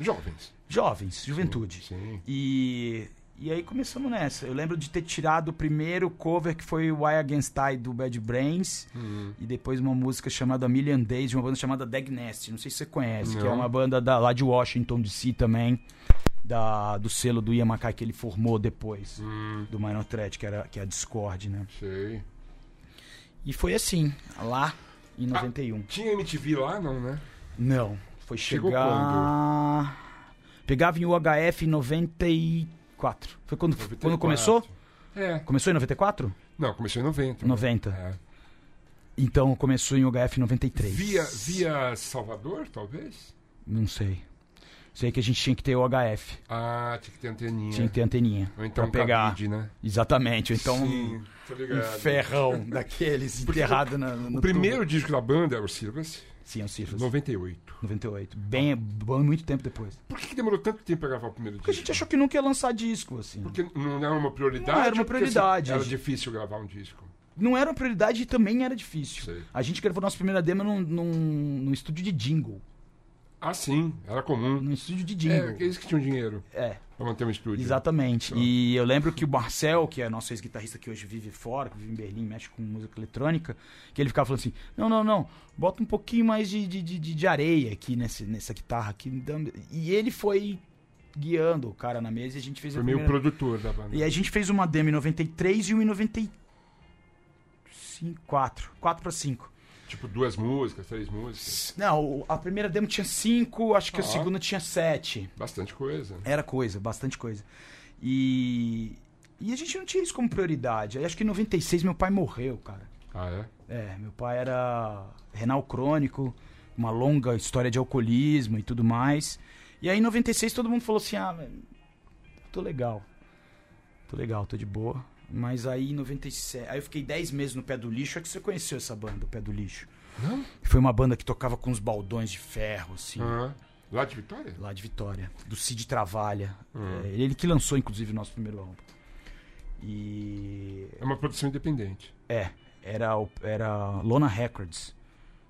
S2: Jovens.
S1: Jovens, juventude.
S2: Sim.
S1: E, e aí começamos nessa. Eu lembro de ter tirado o primeiro cover que foi Why Against I do Bad Brains.
S2: Hum.
S1: E depois uma música chamada Million Days, de uma banda chamada Dagnest. Não sei se você conhece, que é
S2: Não.
S1: uma banda da- lá de Washington DC também. Da, do selo do Yamakai que ele formou depois
S2: Hum.
S1: do Minor Threat, que, era, que é a Discord, né?
S2: Sei.
S1: E foi assim, lá
S2: Ah.
S1: em 91.
S2: Tinha MTV lá, não, né?
S1: Não, foi
S2: Chegou
S1: chegar. Pegava em UHF em 94. Foi quando,
S2: 94.
S1: quando começou?
S2: É.
S1: Começou em 94?
S2: Não, começou em 90.
S1: 90.
S2: É.
S1: Então começou em UHF 93.
S2: Via, via Salvador, talvez?
S1: Não sei. Sei que a gente tinha que ter UHF.
S2: Ah, tinha que ter anteninha.
S1: Tinha que ter anteninha.
S2: Ou então
S1: pra pegar.
S2: cabide, né?
S1: Exatamente. ou Então, um
S2: Sim, tô ligado.
S1: ferrão daqueles enterrado na, no
S2: O primeiro
S1: tubo.
S2: disco da banda era o Silvas,
S1: Sim, é o Cirrus.
S2: 98.
S1: 98. Bem, bom, muito tempo depois.
S2: Por que, que demorou tanto tempo pra gravar o primeiro
S1: Porque a
S2: disco?
S1: gente achou que nunca ia lançar disco, assim.
S2: Porque não era uma prioridade?
S1: Não era uma
S2: ou porque,
S1: prioridade.
S2: assim, era difícil gravar um disco.
S1: Não era uma prioridade e também era difícil.
S2: Sei.
S1: A gente gravou nossa primeira demo num, num, num estúdio de jingle.
S2: Ah, sim, era comum.
S1: Num estúdio de
S2: É,
S1: jingle.
S2: aqueles que tinham dinheiro
S1: é.
S2: pra manter um estúdio.
S1: Exatamente. E eu lembro que o Marcel, que é nosso ex-guitarrista que hoje vive fora, que vive em Berlim, mexe com música eletrônica, que ele ficava falando assim: não, não, não, bota um pouquinho mais de, de, de, de areia aqui nesse, nessa guitarra aqui. Então, E ele foi guiando o cara na mesa e a gente fez
S2: Foi
S1: a
S2: meio
S1: primeira...
S2: produtor da banda.
S1: E a gente fez uma demo em 93 e uma em 95. 4. 4 pra 5.
S2: Tipo, duas músicas, três músicas.
S1: Não, o- a primeira demo tinha 5, acho que a
S2: Ah.
S1: segunda tinha 7.
S2: Bastante coisa.
S1: Era coisa, bastante coisa. E. E a gente não tinha isso como prioridade. Aí acho que em 96 meu pai morreu, cara.
S2: Ah, é?
S1: É, meu pai era renal crônico, uma longa história de alcoolismo e tudo mais. E aí em 96 todo mundo falou assim: ah, velho, tô legal. Tô legal, tô de boa. Mas aí em 97. Aí eu fiquei 10 meses no Pé do Lixo. É que você conheceu essa banda, o Pé do Lixo.
S2: Não?
S1: Foi uma banda que tocava com uns baldões de ferro, assim
S2: Ah, lá de Vitória?
S1: lá de Vitória, do Cid Travalha.
S2: Ah.
S1: É, ele que lançou, inclusive, o nosso primeiro álbum. E.
S2: É uma produção independente.
S1: É, era, o- era Lona Records.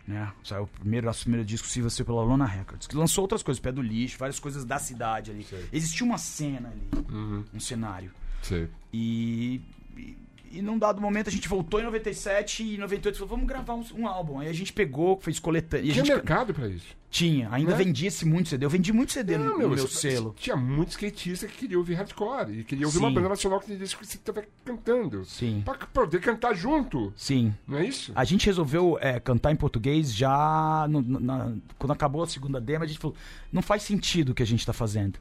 S1: Né? Saiu o primeiro, nosso primeiro disco, Se Você pela Lona Records. Que lançou outras coisas, Pé do Lixo, várias coisas da cidade ali.
S2: Sei.
S1: Existia uma cena ali,
S2: Uhum.
S1: um cenário.
S2: Sei.
S1: E, e, e num dado momento a gente voltou em 97 e em 98 falou: vamos gravar um, um álbum. Aí a gente pegou, fez coletânea. E a
S2: Tinha
S1: gente
S2: mercado pra isso.
S1: tinha, ainda
S2: Né?
S1: vendia-se muito CD. Eu vendi muito CD no, no meu,
S2: você-
S1: selo.
S2: Tinha muito skatista que queria ouvir hardcore e queria ouvir
S1: Sim.
S2: uma banda nacional que disse que você estava cantando.
S1: Sim.
S2: Pra poder cantar junto,
S1: Sim.
S2: não é isso?
S1: A gente resolveu é, cantar em português já no- no- na- quando acabou a segunda demo, a gente falou, não faz sentido o que a gente tá fazendo.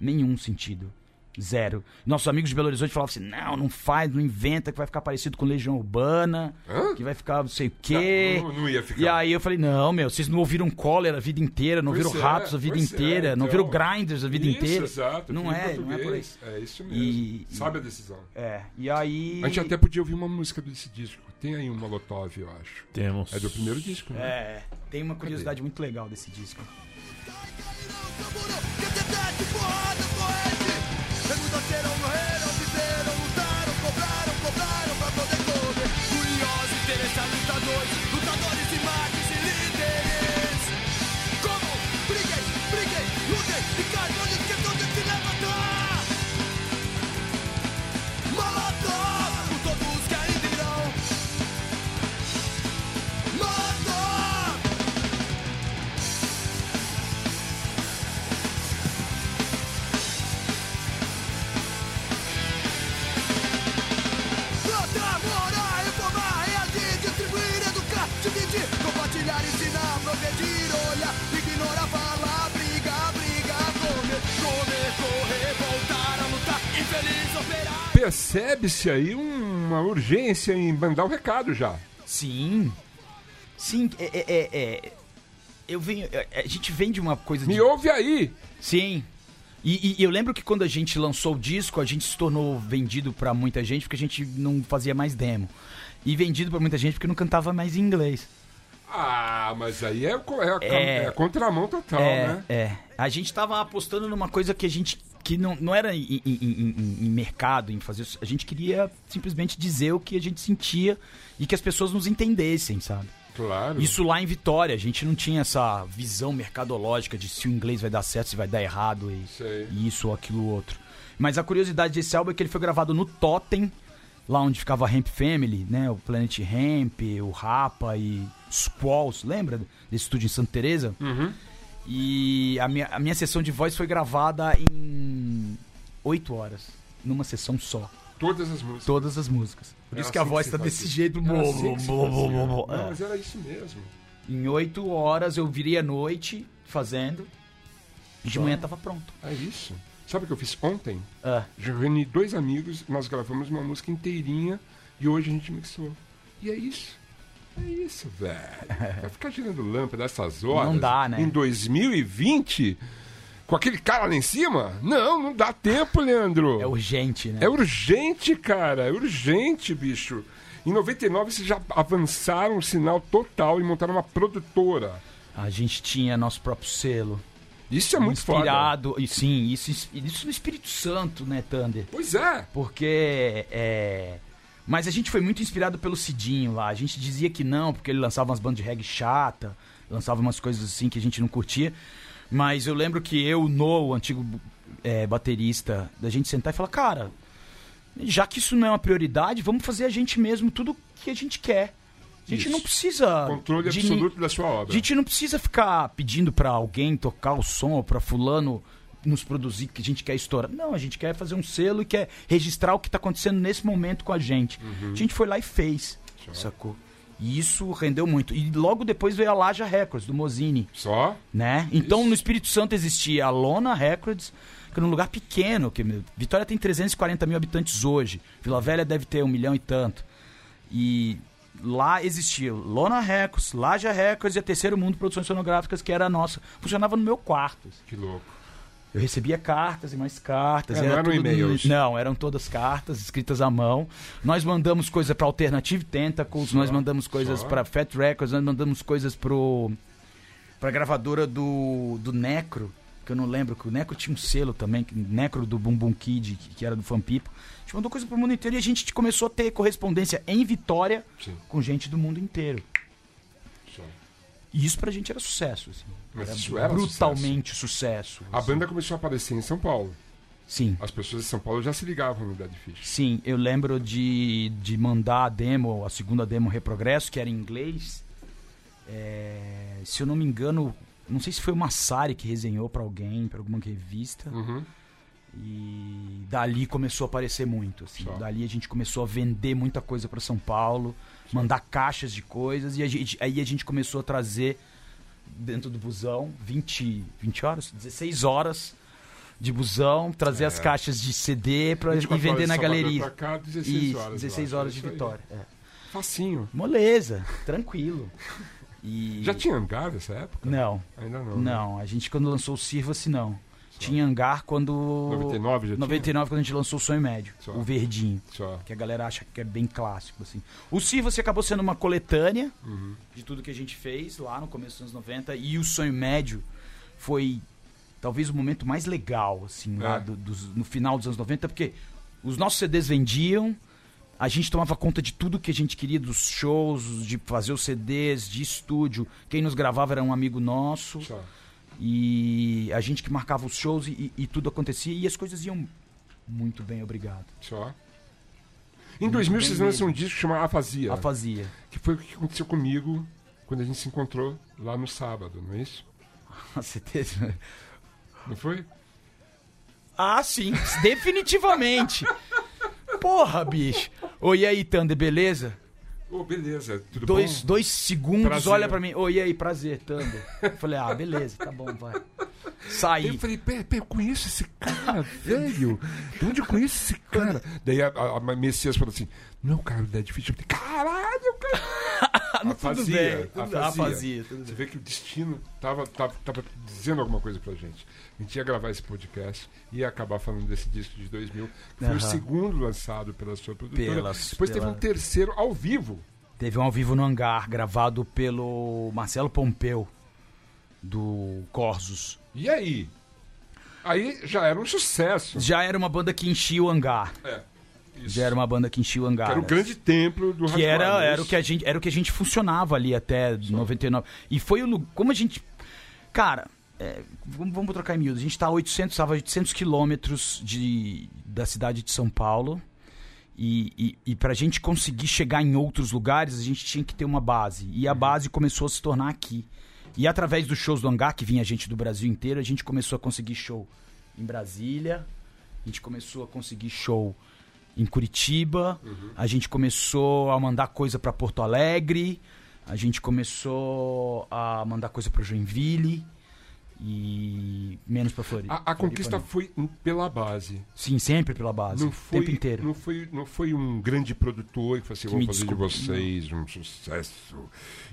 S1: Nenhum sentido. Zero. Nossos amigos de Belo Horizonte falavam assim: não, não faz, não inventa, que vai ficar parecido com Legião Urbana,
S2: Hã? Tá,
S1: que vai ficar não sei o quê.
S2: Não, não ia ficar.
S1: E aí eu falei, não, meu, vocês não ouviram cólera a vida inteira, não
S2: Pois
S1: ouviram
S2: é,
S1: ratos a vida
S2: pois é,
S1: inteira, não
S2: então.
S1: ouviram grinders a vida
S2: isso,
S1: inteira.
S2: Exato,
S1: Não
S2: tudo em
S1: é, não é por
S2: português. É isso mesmo.
S1: E-
S2: Sabe a decisão.
S1: É. E aí.
S2: A gente até podia ouvir uma música desse disco. Tem aí um Molotov, eu acho.
S3: Temos.
S2: É do primeiro disco, né?
S1: É, tem uma curiosidade muito legal desse disco.
S5: Molotov!
S1: é
S2: percebe-se aí uma urgência em mandar o um recado já.
S1: Sim. Sim, é. é- é- é- Eu venho. é, A gente vem de uma coisa de.
S2: Me ouve aí!
S1: Sim. E, e- e eu lembro que quando a gente lançou o disco, a gente se tornou vendido pra muita gente porque a gente não fazia mais demo. E vendido pra muita gente porque não cantava mais em inglês.
S2: Ah, mas aí é, co- é a,
S1: É.
S2: é a contramão total,
S1: é,
S2: né?
S1: é. A gente tava apostando numa coisa que a gente. que não, não era em, em- em- em- em mercado, em fazer. isso. A gente queria simplesmente dizer o que a gente sentia e que as pessoas nos entendessem, sabe?
S2: Claro.
S1: Isso lá em Vitória, a gente não tinha essa visão mercadológica de se o inglês vai dar certo, se vai dar errado e,
S2: Sei.
S1: e isso ou aquilo outro. Mas a curiosidade desse álbum é que ele foi gravado no Totem, lá onde ficava a Hemp Family, né? O Planet Hemp, o Rapa e Squalls, lembra desse estúdio em Santa Teresa?
S2: Uhum.
S1: E a minha, a minha sessão de voz foi gravada em 8 horas, numa sessão só,
S2: Todas as músicas.
S1: todas as músicas. Por
S2: Era
S1: isso que a
S2: assim que
S1: voz
S2: se
S1: tá
S2: fazia.
S1: desse jeito,
S2: Era
S1: blá,
S2: assim que se
S1: blá, blá,
S2: fazia.
S1: blá, blá, blá.
S2: Não,
S1: É.
S2: mas era isso mesmo.
S1: Em oito horas eu virei à noite fazendo. E de manhã tava pronto.
S2: É isso. Sabe o que eu fiz ontem? Já reuni dois amigos, nós gravamos uma música inteirinha e hoje a gente mixou. E é isso. É isso, velho. Vai ficar girando lâmpada essas horas.
S1: Não dá, né?
S2: Em 2020, com aquele cara lá em cima? Não, não dá tempo, Leandro.
S1: É urgente, né?
S2: É urgente, cara. É urgente, bicho. Em 99 vocês já avançaram um sinal total e montaram uma produtora.
S1: A gente tinha nosso próprio selo.
S2: Isso é muito foda.
S1: inspirado. E sim, isso, isso no Espírito Santo, né, Thunder?
S2: Pois é.
S1: Porque. É... Mas a gente foi muito inspirado pelo Cidinho lá. A gente dizia que não, porque ele lançava umas bandas de reggae chata, lançava umas coisas assim que a gente não curtia. Mas eu lembro que eu, o No, o antigo é, baterista, da gente sentar e falar, cara, já que isso não é uma prioridade, vamos fazer a gente mesmo tudo que a gente quer. A gente
S2: Isso.
S1: não precisa.
S2: Controle
S1: de ni-
S2: absoluto da sua
S1: a
S2: obra.
S1: gente não precisa ficar pedindo pra alguém tocar o som, pra fulano nos produzir que a gente quer estourar. Não, a gente quer fazer um selo e quer registrar o que tá acontecendo nesse momento com a gente. A gente foi lá e fez, sacou? E isso rendeu muito. E logo depois veio a Laja Records, do Mozini,
S2: Só?
S1: né? Então
S2: Isso.
S1: no Espírito Santo existia a Lona Records, que era um lugar pequeno, que Vitória tem 340 mil habitantes hoje. Vila Velha deve ter um milhão e tanto. E lá existia Lona Records, Laja Records e a Terceiro Mundo Produções Sonográficas, que era a nossa. Funcionava no meu quarto.
S2: Que louco.
S1: Eu recebia cartas e mais cartas.
S2: É, não eram
S1: tudo-
S2: e-mails.
S1: Não, eram todas cartas escritas à mão. Nós mandamos coisa pra Alternative Tentacles, nós mandamos coisas
S2: só.
S1: pra Fat Records, nós mandamos coisas pro pra gravadora do, do Necro, que eu não lembro, que o Necro tinha um selo também, que- Necro do Bumbum Kid, que, que era do Fanpipo. A gente mandou coisa pro mundo inteiro e a gente começou a ter correspondência em Vitória
S2: Sim.
S1: com gente do mundo inteiro.
S2: Só.
S1: E isso pra gente era sucesso, assim.
S2: Mas isso era
S1: brutalmente sucesso.
S2: A
S1: assim.
S2: banda começou a aparecer em São Paulo.
S1: Sim.
S2: As pessoas de São Paulo já se ligavam no Dead Fish.
S1: Sim, eu lembro de, de mandar a demo, a segunda demo Reprogresso, que era em inglês. É, se eu não me engano, não sei se foi o Massari que resenhou pra alguém, pra alguma revista.
S2: Uhum.
S1: E dali começou a aparecer muito. assim.
S2: Só.
S1: Dali a gente começou a vender muita coisa pra São Paulo, mandar caixas de coisas. E a gente- aí a gente começou a trazer dentro do busão 20, 20 horas, 16 horas de busão, trazer
S2: É.
S1: as caixas de CD pra, e
S2: 24
S1: vender
S2: horas
S1: na
S2: de Salvador
S1: galeria.
S2: Pra cá, 16
S1: Isso,
S2: horas,
S1: 16
S2: eu acho. É
S1: horas de
S2: isso aí.
S1: vitória. É.
S2: Facinho.
S1: Moleza, tranquilo. E...
S2: Já tinha hangar nessa época?
S1: Não,
S2: Ainda não. né?
S1: não. A gente quando lançou o Sirva-se, não. Tinha hangar quando...
S2: 99 já
S1: 99, quando a gente lançou o Sonho Médio.
S2: Só.
S1: O Verdinho.
S2: tinha? Só.
S1: Que a galera acha que é bem clássico, assim. O Sirva-se acabou sendo uma coletânea
S2: Uhum.
S1: de tudo que a gente fez lá no começo dos anos 90. E o Sonho Médio foi talvez o momento mais legal, assim, lá
S2: É.
S1: do- dos- no final dos anos 90, porque os nossos CDs vendiam, a gente tomava conta de tudo que a gente queria, dos shows, de fazer os CDs, de estúdio. Quem nos gravava era um amigo nosso.
S2: Só.
S1: E a gente que marcava os shows e, e- e tudo acontecia. E as coisas iam muito bem, obrigado.
S2: Só. Em 2000 vocês
S1: bem
S2: lançam um disco chamado Afasia,
S1: A fazia.
S2: que foi o que aconteceu comigo quando a gente se encontrou lá no sábado, não é isso?
S1: Com certeza.
S2: Não foi?
S1: Ah, sim, definitivamente. Porra, bicho. Oi, e aí, Thunder, beleza?
S2: Ô, beleza, tudo
S1: Dois,
S2: bom?
S1: dois segundos,
S2: Prazer.
S1: olha pra mim. Oi, e aí, prazer, Thunder. Eu falei, ah, beleza, tá bom, vai. Saí.
S2: Eu falei, pera, pera, eu conheço esse cara, velho. De onde eu conheço esse cara? Daí a, a, a Messias falou assim: não, cara, é difícil. Eu falei, caralho, cara.
S1: Não, tudo bem, Ah, tudo- afasia, tudo
S2: Você
S1: bem.
S2: vê que o destino tava, tava, tava dizendo alguma coisa pra gente. A gente ia gravar esse podcast e ia acabar falando desse disco de 2000, que foi o
S1: Aham.
S2: segundo lançado pela sua produtora.
S1: Pelas-
S2: Depois teve
S1: pela-
S2: um terceiro ao vivo.
S1: Teve um ao vivo no hangar, gravado pelo Marcelo Pompeu, do Corsos.
S2: E aí? Aí já era um sucesso.
S1: Já era uma banda que enchia o hangar.
S2: É. Isso.
S1: Já era uma banda que enchia o hangar.
S2: Que era o grande templo do
S1: que
S2: hardcore,
S1: era,
S2: né?
S1: era o que a gente era o que a gente funcionava ali até 99 e foi o lu- como a gente cara é, vamos, vamos trocar em miúdos a gente tá a 800 estava 800 quilômetros de da cidade de São Paulo e, e, e para a gente conseguir chegar em outros lugares a gente tinha que ter uma base e a base começou a se tornar aqui e através dos shows do hangar que vinha gente do Brasil inteiro a gente começou a conseguir show em Brasília a gente começou a conseguir show em Curitiba, a gente começou a mandar coisa pra Porto Alegre, a gente começou a mandar coisa pra Joinville e menos pra Floripa.
S2: A, a conquista
S1: Floripa,
S2: foi um- pela base.
S1: não. Sim, sempre pela base,
S2: Não foi,
S1: o tempo inteiro.
S2: Não foi, não foi um grande produtor que falou assim: eu vou
S1: me
S2: fazer de
S1: desculpe,
S2: vocês um sucesso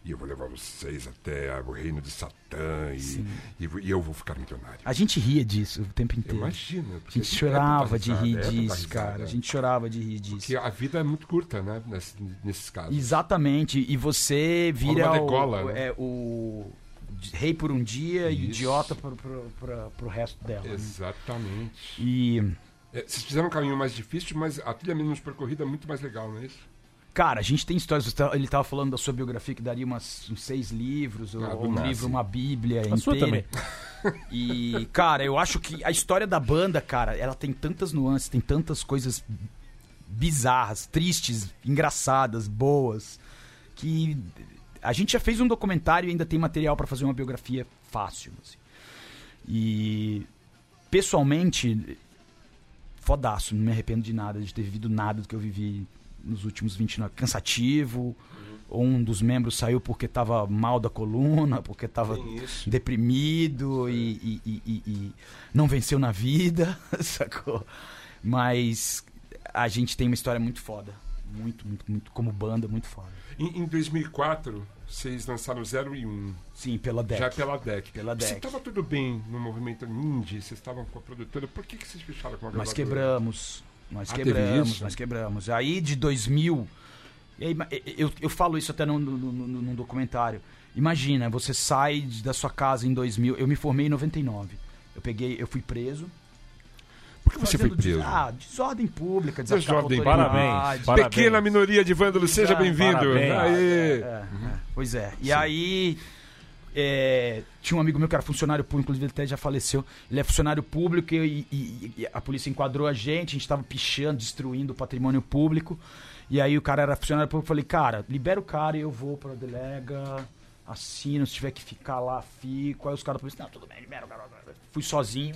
S2: e eu vou levar vocês até o reino de Satã e, e vo- e eu vou ficar milionário.
S1: A gente ria disso o tempo inteiro.
S2: Imagina.
S1: Ah,
S2: É
S1: A gente chorava de rir disso, cara. A gente chorava de rir disso.
S2: Que é a vida é muito curta, né? nesse- nesses casos.
S1: Exatamente. E você vira
S2: Rola
S1: o,
S2: decola,
S1: o-
S2: né?
S1: é, o de- rei por um dia e
S2: Isso.
S1: idiota pro, pro, pra- pro resto dela. né?
S2: Exatamente.
S1: E,
S2: É, vocês fizeram um caminho mais difícil, mas a trilha menos percorrida é muito mais legal, não é isso?
S1: cara, a gente tem histórias. você tá- Ele tava falando da sua biografia que daria umas, uns seis livros, ou,
S2: Ah, do
S1: ou um
S2: Nazi.
S1: livro, uma bíblia
S3: A sua
S1: inteira. E, cara, eu acho que a história da banda, cara, ela tem tantas nuances, tem tantas coisas bizarras, tristes, engraçadas, boas, que a gente já fez um documentário e ainda tem material pra fazer uma biografia fácil. assim. E pessoalmente, fodaço, não me arrependo de nada, de ter vivido nada do que eu vivi nos últimos 29. Cansativo,
S2: Uhum.
S1: um dos membros saiu porque tava mal da coluna, porque tava
S2: isso.
S1: deprimido e, e- e- e- e não venceu na vida, sacou? Mas a gente tem uma história muito foda. Muito, muito, muito. Como banda, muito foda.
S2: Em, em 2004, vocês lançaram 0 e 1,
S1: Sim, pela Deck.
S2: já pela DEC.
S1: Pela
S2: Você
S1: DEC.
S2: estava tudo bem no movimento indie, vocês estavam com a produtora, por que, que vocês fecharam com a gravadora?
S1: Nós quebramos. Nós
S2: Ah, teve
S1: quebramos,
S2: isso?
S1: nós quebramos. Aí de 2000. e aí, ma- eu, eu falo isso até num, num- num- num documentário. Imagina, você sai de- da sua casa em 2000. Eu me formei em 99. Eu peguei, eu fui preso.
S2: Por que você foi
S1: Fazendo des-
S2: preso?
S1: Ah, desordem pública, desafio à
S2: Desordem,
S1: autoridade.
S3: parabéns, parabéns.
S2: Pequena minoria de vândalos, seja
S1: Já,
S2: bem-vindo.
S3: parabéns.
S2: Aê!
S1: É, é. Pois é. E aí. é, tinha um amigo meu que era funcionário público, inclusive ele até já faleceu. Ele é funcionário público e, e- e a polícia enquadrou a gente, a gente tava pichando, destruindo o patrimônio público. E aí o cara era funcionário público, eu falei, cara, libera o cara e eu vou pra delega, assino, se tiver que ficar lá, fico. Aí os caras polícia, não, tudo bem, libera o cara. Fui sozinho.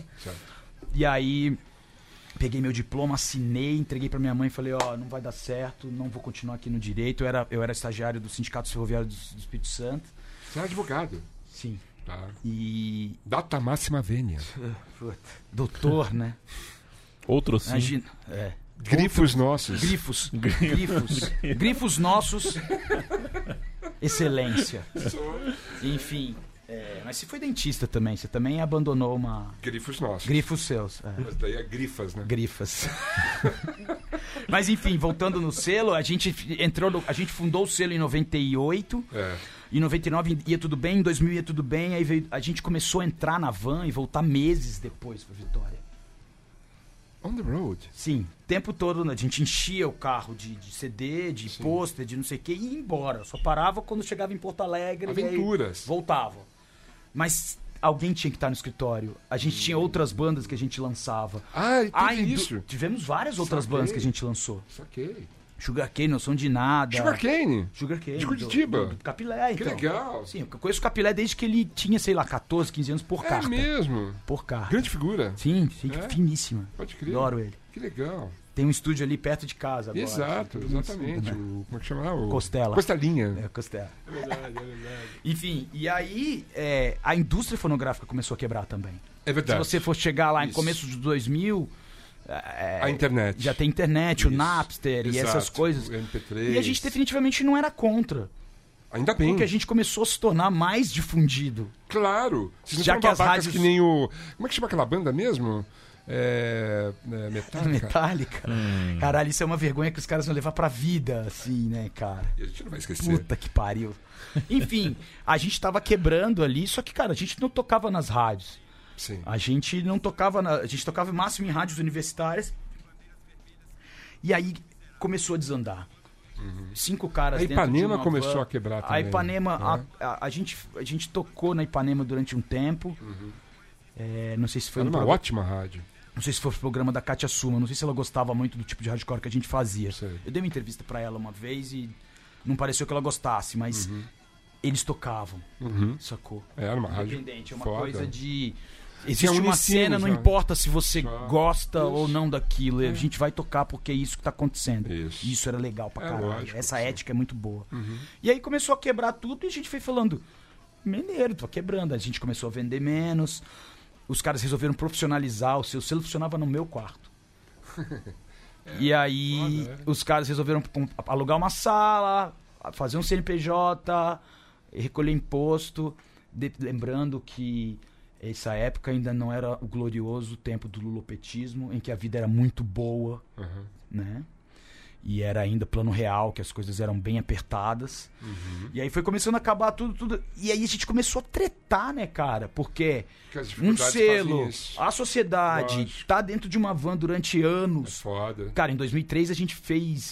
S1: E aí peguei meu diploma, assinei, entreguei pra minha mãe e falei, ó, não vai dar certo, não vou continuar aqui no direito. Eu era, eu era estagiário do Sindicato Ferroviário do, do Espírito Santo.
S2: Você é advogado.
S1: Sim.
S2: Tá.
S1: E.
S2: Data máxima vênia.
S1: Doutor, né?
S3: Outro sim.
S1: Imagina. É.
S2: Grifos nossos.
S1: Grifos. Grifos. Grifos nossos. Excelência. Enfim. é, mas você foi dentista também, você também abandonou uma.
S2: Grifos nossos.
S1: Grifos seus. É.
S2: Mas daí é grifas, né?
S1: grifas. Mas enfim, voltando no selo, a gente entrou, no- a gente fundou o selo em 98,
S2: É.
S1: em 99 ia tudo bem, em 2000 ia tudo bem, aí veio- a gente começou a entrar na van e voltar meses depois pra Vitória.
S2: On the road.
S1: Sim, o tempo todo né, a gente enchia o carro de, de CD, de pôster, de não sei o que, e ia embora. Só parava quando chegava em Porto Alegre. e aí
S2: Aventuras.
S1: voltava. Mas alguém tinha que estar no escritório. A gente tinha outras bandas que a gente lançava.
S2: Ah, e
S1: Ah,
S2: teve
S1: em-
S2: isso.
S1: Tivemos várias outras
S2: Saquei.
S1: bandas que a gente lançou.
S2: Saquei.
S1: Sugarcane, Noção de Nada.
S2: Sugarcane.
S1: Sugarcane.
S2: De
S1: do-
S2: Curitiba.
S1: Do, do Capilé,
S2: Que
S1: então.
S2: legal.
S1: Sim, eu conheço o Capilé desde que ele tinha, sei lá, 14, 15 anos por
S2: É
S1: carta.
S2: mesmo.
S1: Por carta.
S2: Grande figura.
S1: Sim, sim,
S2: É?
S1: finíssima.
S2: Pode crer.
S1: Adoro ele.
S2: Que legal.
S1: Tem um estúdio ali perto de casa agora.
S2: Exato,
S1: Tem tudo isso,
S2: exatamente.
S1: né?
S2: O, como é que chama lá? O...
S1: Costela.
S2: Costelinha.
S1: É, Costela.
S2: É verdade, é verdade.
S1: Enfim, e aí é, a indústria fonográfica começou a quebrar também.
S2: É
S1: Se
S2: verdade.
S1: você for chegar lá em
S2: Isso.
S1: começo dos 2000, é,
S2: A internet.
S1: já tem internet, o
S2: Isso.
S1: Napster e
S2: Exato,
S1: essas coisas.
S2: o MP3.
S1: E a gente definitivamente não era contra,
S2: Ainda bem.
S1: porque a gente começou a se tornar mais difundido.
S2: Claro. Vocês não
S1: Já
S2: foram
S1: que as
S2: babacas
S1: rádios-
S2: que nem o... Como é que chama aquela banda mesmo? É... é Metallica.
S1: Tá, Metallica. Caralho, isso é uma vergonha que os caras vão levar pra vida, assim, né, cara?
S2: E a gente não vai esquecer.
S1: Puta que pariu. Enfim, a gente tava quebrando ali, só que, cara, a gente não tocava nas rádios.
S2: Sim.
S1: A gente não tocava, na- a gente tocava o máximo em rádios universitárias. E aí começou a desandar. Cinco caras
S2: Uhum. A
S1: dentro de
S2: Ipanema
S1: uma
S2: começou
S1: van.
S2: a quebrar
S1: A
S2: também,
S1: Ipanema,
S2: né?
S1: a, a- a gente, a gente tocou na Ipanema durante um tempo.
S2: Uhum.
S1: É, não sei se foi
S2: Era
S1: no
S2: uma
S1: programa-
S2: ótima rádio.
S1: não sei se foi o programa da Katia Suma, não sei se ela gostava muito do tipo de hardcore que a gente fazia.
S2: Sei.
S1: Eu dei uma entrevista pra ela uma vez e não pareceu que ela gostasse, mas eles tocavam,
S2: Uhum.
S1: sacou?
S2: Era uma rádio
S1: Independente, é uma
S2: foda.
S1: coisa de. Existe uma
S2: unicinos,
S1: cena, não
S2: né?
S1: importa se você
S2: Já.
S1: gosta ou não daquilo, a gente vai tocar porque é isso que tá acontecendo.
S2: Isso.
S1: E Isso era legal pra
S2: É
S1: caralho.
S2: lógico,
S1: Essa
S2: sim. Uhum.
S1: ética é muito boa. E aí começou a quebrar tudo e a gente foi falando: Mineiro, tô quebrando. A gente começou a vender menos. Os caras resolveram profissionalizar. O seu selo funcionava no meu quarto. e aí
S2: É, foda, né?
S1: os caras resolveram com- alugar uma sala, fazer um CNPJ, recolher imposto. De- lembrando que essa época ainda não era o glorioso tempo do lulopetismo, em que a vida era muito boa
S2: Uhum.
S1: né? E era ainda plano real, que as coisas eram bem apertadas.
S2: Uhum.
S1: E aí foi começando a acabar tudo, tudo. E aí a gente começou a tretar, né, cara? Porque
S2: Que as
S1: um
S2: dificuldades
S1: selo,
S2: fazem isso.
S1: a sociedade
S2: Lógico.
S1: tá dentro de uma van durante
S2: É
S1: anos.
S2: foda.
S1: Cara, em 2003 a gente fez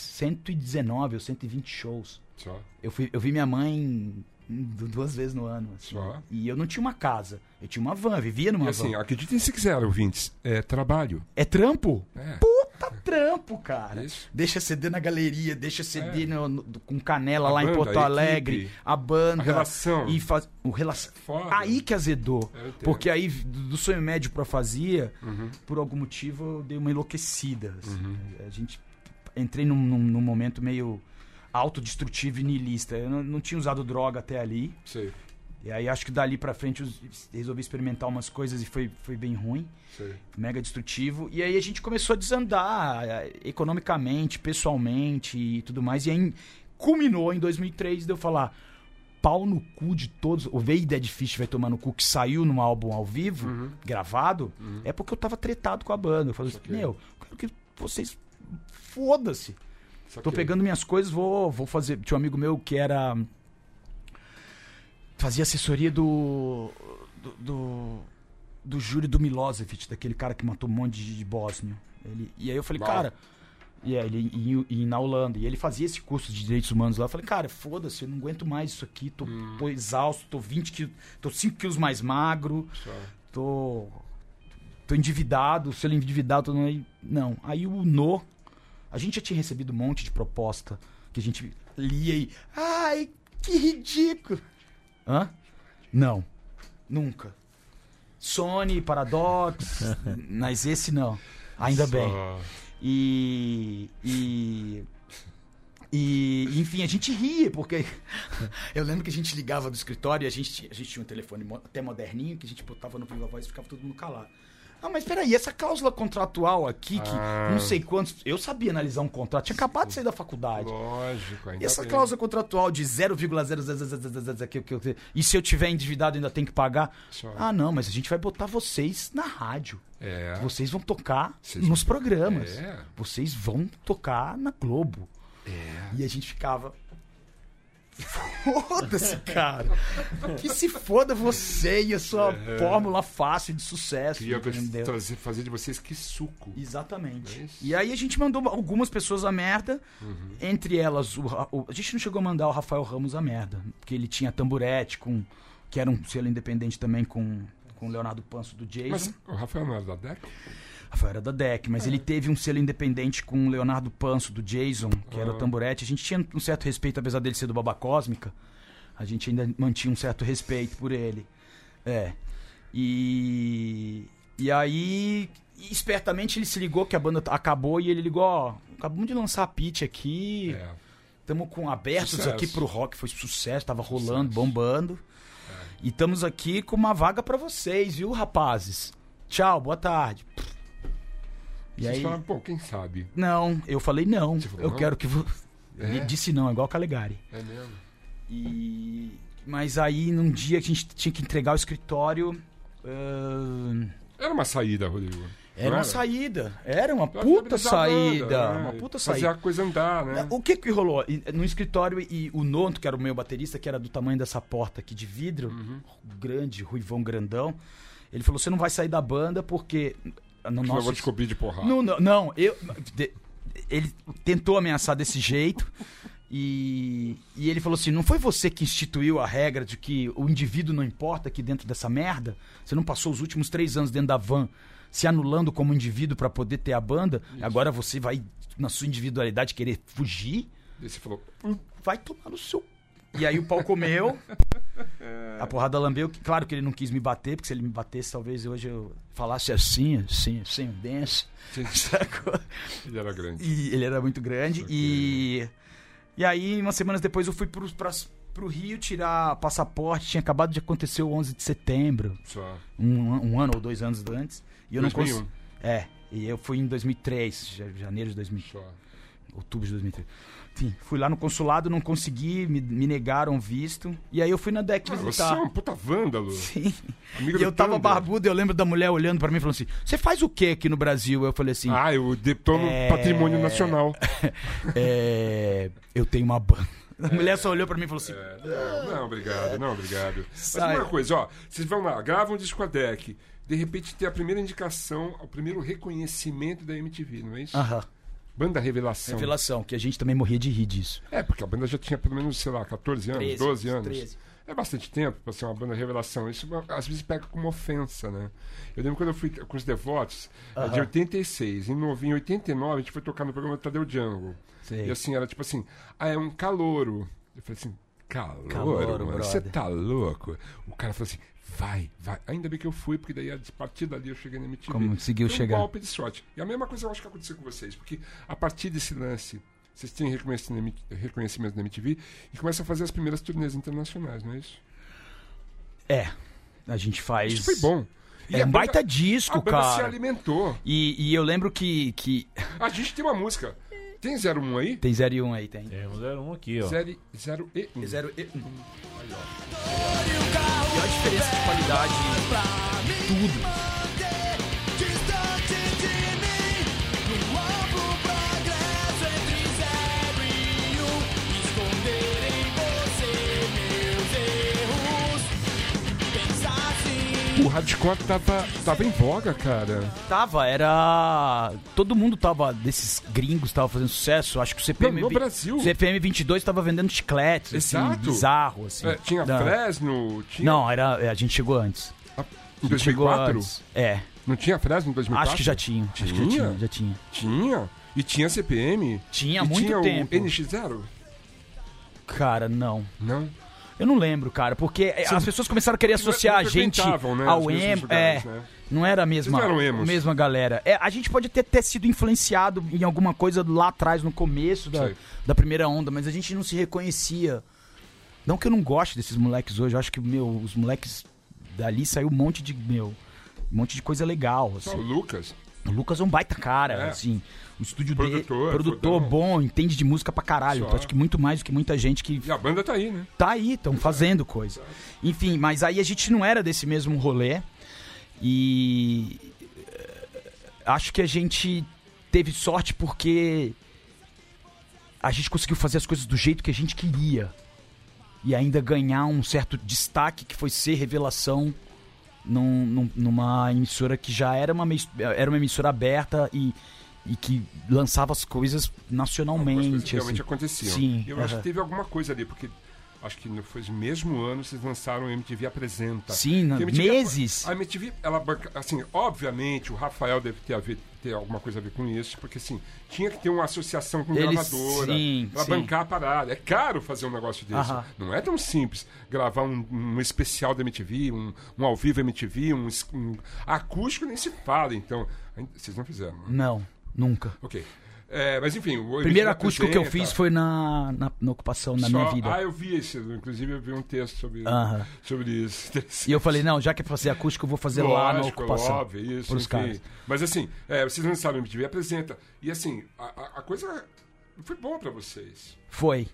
S1: 119 ou 120 shows.
S2: Só.
S1: Eu, fui, eu vi minha mãe du- duas vezes no ano. assim.
S2: Só.
S1: E eu não tinha uma casa. Eu tinha uma van, eu vivia numa
S2: E assim,
S1: van.
S2: acreditem se quiser, ouvintes. É trabalho.
S1: É trampo?
S2: É.
S1: Puta Tá trampo, cara.
S2: Isso.
S1: Deixa CD na galeria, deixa CD
S2: É.
S1: no- no- com canela
S2: A
S1: lá em
S2: banda,
S1: Porto
S2: a
S1: Alegre,
S2: equipe,
S1: a banda.
S2: a relação. É
S1: E faz, o relação.
S2: Foda. É,
S1: Aí que azedou.
S2: Eu entendo. Uhum.
S1: porque aí, do do sonho médio pra fazia, por algum motivo eu dei uma enlouquecida. assim. A gente entrei num, num- num momento meio autodestrutivo e niilista. Eu não, não tinha usado droga até ali.
S2: Sei,
S1: E aí acho que dali pra frente eu resolvi experimentar umas coisas e foi, foi bem ruim
S2: sei.
S1: mega destrutivo. E aí a gente começou a desandar eh, economicamente, pessoalmente e tudo mais. E aí culminou em 2003 de eu falar pau no cu de todos. O Veio Dead Fish vai tomar no cu que saiu num álbum ao vivo,
S2: Uhum.
S1: gravado, é porque eu tava tretado com a banda. Eu falei assim,
S2: Saquei.
S1: meu, eu quero que vocês foda-se. Tô
S2: Saquei.
S1: pegando minhas coisas, vou, vou fazer. Tinha um amigo meu que era. Fazia assessoria do. do. do, do júri do Milosevic, daquele cara que matou um monte de bósnio. Ele, e aí eu falei,
S2: Uau.
S1: cara. E aí ele e- e na Holanda. E ele fazia esse curso de direitos humanos lá. Eu falei, cara, foda-se, eu não aguento mais isso aqui. Tô,
S2: Hum.
S1: tô exausto, tô 20 quilos. tô 5 quilos mais magro
S2: Só.
S1: tô tô endividado, se ele endividado, não, aí- não. Aí o No, a gente já tinha recebido um monte de proposta que a gente lia e ai, que ridículo. Hã? Não. Nunca. Sony, Paradox, mas esse não. Ainda bem.
S2: Só.
S1: E. E. E, enfim, a gente ria, porque eu lembro que a gente ligava do escritório e a gente, tinha- a gente tinha um telefone mo- até moderninho que a gente botava no Viva Voz e ficava todo mundo calado. Ah, mas peraí, essa cláusula contratual aqui, que
S2: Ah.
S1: não sei quantos. Eu sabia analisar um contrato, tinha acabado de sair da faculdade.
S2: Lógico, ainda
S1: E essa
S2: bem.
S1: cláusula contratual de 0,000 que- que- que- e se eu tiver endividado ainda tem que pagar?
S2: Só.
S1: Ah, não, mas a gente vai botar vocês na rádio.
S2: É.
S1: Vocês vão tocar
S2: Vocês
S1: nos
S2: vão-
S1: programas.
S2: É.
S1: Vocês vão tocar na Globo.
S2: É.
S1: E a gente ficava. Foda-se, cara. Que se foda você e a sua fórmula fácil de sucesso.
S2: Queria
S1: entendeu?
S2: trazer, fazer de vocês que suco.
S1: Exatamente.
S2: É isso. Uhum.
S1: e aí a gente mandou algumas pessoas a merda. Entre elas, o, Ra- o- a gente não chegou a mandar o Rafael Ramos a merda. Porque ele tinha tamburete, com, que era um selo independente também com, com o Leonardo Panso do Jason.
S2: Mas o Rafael não era da Deco?
S1: Rafael era da DEC, mas ele teve um selo independente com o Leonardo Panso, do Jason, que era o
S2: Ah.
S1: tamborete. A gente tinha um certo respeito, apesar dele ser do Baba Cósmica. A gente ainda mantinha um certo respeito por ele. É. E. E aí. E espertamente ele se ligou que a banda t- acabou e ele ligou, ó, acabamos de lançar a pitch aqui.
S2: É.
S1: Estamos com abertos
S2: Sucesso.
S1: aqui pro rock, foi sucesso, tava rolando, bombando. E estamos aqui com uma vaga pra vocês, viu, rapazes? Tchau, boa tarde. E
S2: Vocês
S1: aí,
S2: falaram, pô, quem sabe?
S1: não, eu falei não.
S2: falou
S1: Eu
S2: não?
S1: quero que vo... Ele
S2: É.
S1: disse não, igual Calegari.
S2: É mesmo?
S1: E mas aí num dia que a gente tinha que entregar o escritório, ahn,
S2: Era uma saída, Rodrigo.
S1: era,
S2: Não
S1: uma saída, era uma
S2: Pra
S1: puta
S2: estabilizar a
S1: saída,
S2: banda, né?
S1: uma puta
S2: Fazer
S1: saída.
S2: a coisa andar, né?
S1: O que que rolou? E, No escritório, e o Noto, que era o meu baterista, que era do tamanho dessa porta aqui de vidro, grande, ruivão grandão, ele falou, você não vai sair da banda porque... No
S2: Nossa, eu vou
S1: nosso...
S2: te cobrir de porrada.
S1: Não, não, não, eu... de- ele tentou ameaçar desse jeito... E, e ele falou assim: não foi você que instituiu a regra de que o indivíduo não importa aqui dentro dessa merda? Você não passou os últimos três anos dentro da van se anulando como indivíduo pra poder ter a banda? Agora você vai, na sua individualidade, querer fugir?
S2: E você falou,
S1: vai tomar no seu. E aí o pau comeu. A porrada lambeu. Claro que ele não quis me bater, porque se ele me batesse, talvez hoje eu falasse assim, assim, sem o dance. Sacou?
S2: ele era grande.
S1: E ele era muito grande.
S2: né?
S1: E, e aí, umas semanas depois, eu fui pro, pras- pro Rio tirar passaporte. Tinha acabado de acontecer o 11 de setembro,
S2: Só.
S1: um, an- um ano ou dois anos antes. E eu não
S2: 2001.
S1: consegui. É, e eu fui em 2003, ja- janeiro de 2003
S2: Só.
S1: outubro de 2003. Enfim, fui lá no consulado, não consegui, me, me negaram o visto. E aí eu fui na DEC
S2: Ah, você
S1: visitar.
S2: é um puta vândalo.
S1: tá. Sim.
S2: Amigo
S1: E
S2: do
S1: eu tava
S2: Thunder.
S1: barbudo, eu lembro da mulher olhando pra mim e falando assim: Você faz o que aqui no Brasil? Eu falei assim:
S2: Ah, eu detono
S1: É.
S2: patrimônio nacional.
S1: "É, Eu tenho uma banda. A mulher só olhou pra mim e falou assim:
S2: É, não, não, obrigado, não, obrigado.
S1: Sai.
S2: Mas uma coisa, ó, vocês vão lá, gravam um disco a deck, de repente tem a primeira indicação, o primeiro reconhecimento da MTV, não é isso?
S1: Aham,
S2: Banda Revelação.
S1: revelação, que a gente também morria de rir disso.
S2: É, porque a banda já tinha pelo menos, sei lá, 14 anos,
S1: 13,
S2: 12 anos.
S1: 13.
S2: É bastante tempo pra ser uma banda revelação. Isso às vezes pega como ofensa, né? Eu lembro quando eu fui com os Devotos, é de
S1: Aham.
S2: 86. Em, nove- em 89, a gente foi tocar no programa Tadeu Django.
S1: Sei.
S2: E assim, era tipo assim, ah, é um calouro. Eu falei assim, calouro,
S1: Calouro,
S2: mano,
S1: brother.
S2: você tá louco? O cara falou assim, vai, vai. Ainda bem que eu fui, porque daí a partir dali eu cheguei na MTV.
S1: Conseguiu
S2: Foi um
S1: chegar.
S2: golpe de sorte. E a mesma coisa eu acho que aconteceu com vocês, porque a partir desse lance, vocês têm reconhecimento na MT- reconhecimento na MTV e começam a fazer as primeiras turnês internacionais, não é isso?
S1: É, a gente faz.
S2: Isso foi bom. E
S1: É
S2: a
S1: um
S2: banda-
S1: baita
S2: A
S1: disco,
S2: banda se
S1: cara.
S2: alimentou.
S1: E, e eu lembro que, que.
S2: A gente tem uma música. Tem 01 aí?
S1: Tem 0 e 1 um aí, tem.
S3: Temos era um aqui, ó.
S2: 0 e 1.
S1: 0 e 1. Olha a diferença de qualidade.
S2: O hardcore tava, tava em voga, cara.
S1: Tava, era. Todo mundo tava. Desses gringos tava fazendo sucesso. Acho que o CPM.
S2: Não, no
S1: vi-
S2: Brasil.
S1: O CPM 22 tava vendendo chicletes, assim,
S2: Exato.
S1: bizarro, assim.
S2: É, tinha
S1: não.
S2: Fresno, tinha...
S1: Não, era, é, a gente chegou antes.
S2: Ah, Em
S1: A gente chegou
S2: 2004?
S1: antes. É,
S2: Não tinha Fresno em 2004?
S1: acho que já tinha. Acho que já
S2: Tinha?
S1: tinha, já tinha.
S2: Tinha. E tinha CPM.
S1: Tinha
S2: e
S1: muito
S2: tinha
S1: tempo.
S2: o NX0?
S1: Cara, não.
S2: Não.
S1: Eu não lembro, cara, porque é, as pessoas começaram a querer
S2: Eles não
S1: associar a gente
S2: frequentavam, né, os
S1: ao
S2: mesmos
S1: emo.
S2: lugares,
S1: é,
S2: né?
S1: Não era a mesma,
S2: Eles não eram emos.
S1: mesma galera. É, a gente pode até ter sido influenciado em alguma coisa lá atrás, no começo da,
S2: Sei.
S1: da primeira onda, mas a gente não se reconhecia. Não que eu não goste desses moleques hoje, eu acho que, meu, os moleques dali saiu um monte de, meu, um monte de coisa legal,
S2: Só o
S1: assim.
S2: Lucas.
S1: O Lucas é um baita cara,
S2: É.
S1: assim. O estúdio
S2: Produtor,
S1: dele, produtor
S2: fodão.
S1: bom, entende de música pra caralho.
S2: Só.
S1: Acho que muito mais do que muita gente que
S2: E a banda tá aí, né?
S1: tá aí, estão fazendo coisa. Enfim, mas aí a gente não era desse mesmo rolê e eh, acho que a gente teve sorte porque a gente conseguiu fazer as coisas do jeito que a gente queria e ainda ganhar um certo destaque que foi ser revelação num- num- numa emissora que já era uma, mes- era uma emissora aberta e, e que lançava as coisas
S2: Algumas coisas
S1: nacionalmente.
S2: realmente
S1: assim.
S2: aconteciam.
S1: Sim,
S2: Eu acho
S1: aham.
S2: que teve alguma coisa ali, porque acho que no- foi no mesmo ano, vocês lançaram o MTV Apresenta.
S1: Sim,
S2: Que a
S1: meses.
S2: é A MTV, ela banca- assim, obviamente, o Rafael deve ter, a ver- ter alguma coisa a ver com isso, porque assim, tinha que ter uma associação com
S1: Ele-
S2: gravadora
S1: sim,
S2: pra
S1: sim.
S2: bancar a parada. É caro fazer um negócio desse.
S1: Aham.
S2: Não é tão simples gravar um, um especial da MTV, um, um ao vivo MTV, um, es- um acústico nem se fala, então. ainda- Vocês não fizeram. né?
S1: Não, nunca.
S2: Ok. É, mas enfim, o
S1: O Hum.
S2: MTV
S1: primeiro acústico que eu fiz
S2: apresenta-
S1: foi na, na, na ocupação, na
S2: Só-
S1: minha vida.
S2: Ah, eu vi isso. Inclusive, eu vi um texto sobre,
S1: Aham.
S2: sobre isso.
S1: E eu falei, não, já que é pra fazer acústico, eu vou fazer lá na
S2: Lógico, é
S1: ocupação.
S2: óbvio, isso.
S1: pros
S2: enfim.
S1: caras.
S2: Mas assim, é, vocês lançaram o MTV Apresenta. E assim, a, a- a coisa foi bom pra vocês.
S1: Foi.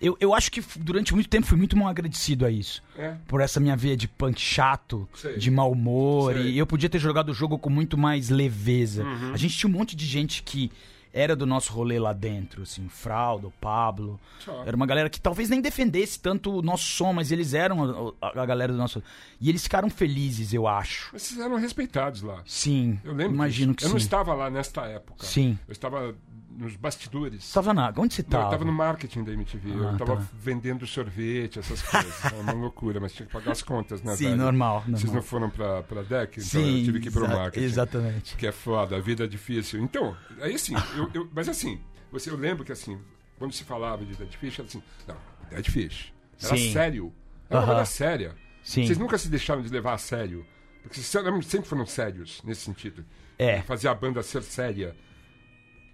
S1: Eu, eu acho que f- durante muito tempo fui muito mal agradecido a isso.
S2: É.
S1: Por essa minha veia de punk chato,
S2: Sei.
S1: de mau humor.
S2: Sei. Uhum.
S1: E eu podia ter jogado o jogo com muito mais leveza. A gente tinha um monte de gente que era do nosso rolê lá dentro, assim, o Fraldo, o Pablo.
S2: Só.
S1: Era uma galera que talvez nem defendesse tanto o nosso som, mas eles eram a, a- a galera do nosso. E eles ficaram felizes, eu acho.
S2: Mas vocês eram respeitados lá.
S1: Sim.
S2: Eu lembro.
S1: Imagino
S2: disso.
S1: que
S2: Eu
S1: sim.
S2: não estava lá nesta época.
S1: Sim.
S2: Eu estava nos bastidores.
S1: Tava na. Onde você
S2: Não,
S1: tava?
S2: eu tava no marketing da MTV, eu
S1: Ah,
S2: tava
S1: tá.
S2: vendendo sorvete, essas coisas. É uma loucura, mas tinha que pagar as contas, né?
S1: Sim,
S2: velho?
S1: normal,
S2: Vocês
S1: normal.
S2: não foram pra, pra DEC, então
S1: Sim,
S2: eu tive que ir pro
S1: exa-
S2: marketing.
S1: Exatamente.
S2: Que é foda, a vida é difícil. Então, aí assim, eu, eu- mas assim, você, eu lembro que assim, quando se falava de Dead Fish, era assim, não, Dead Fish. Era
S1: Sim.
S2: sério. Era uma
S1: Aham.
S2: banda séria.
S1: Sim.
S2: Vocês nunca se deixaram de levar a sério. Porque vocês eram- sempre foram sérios nesse sentido.
S1: É.
S2: Fazer a banda ser séria.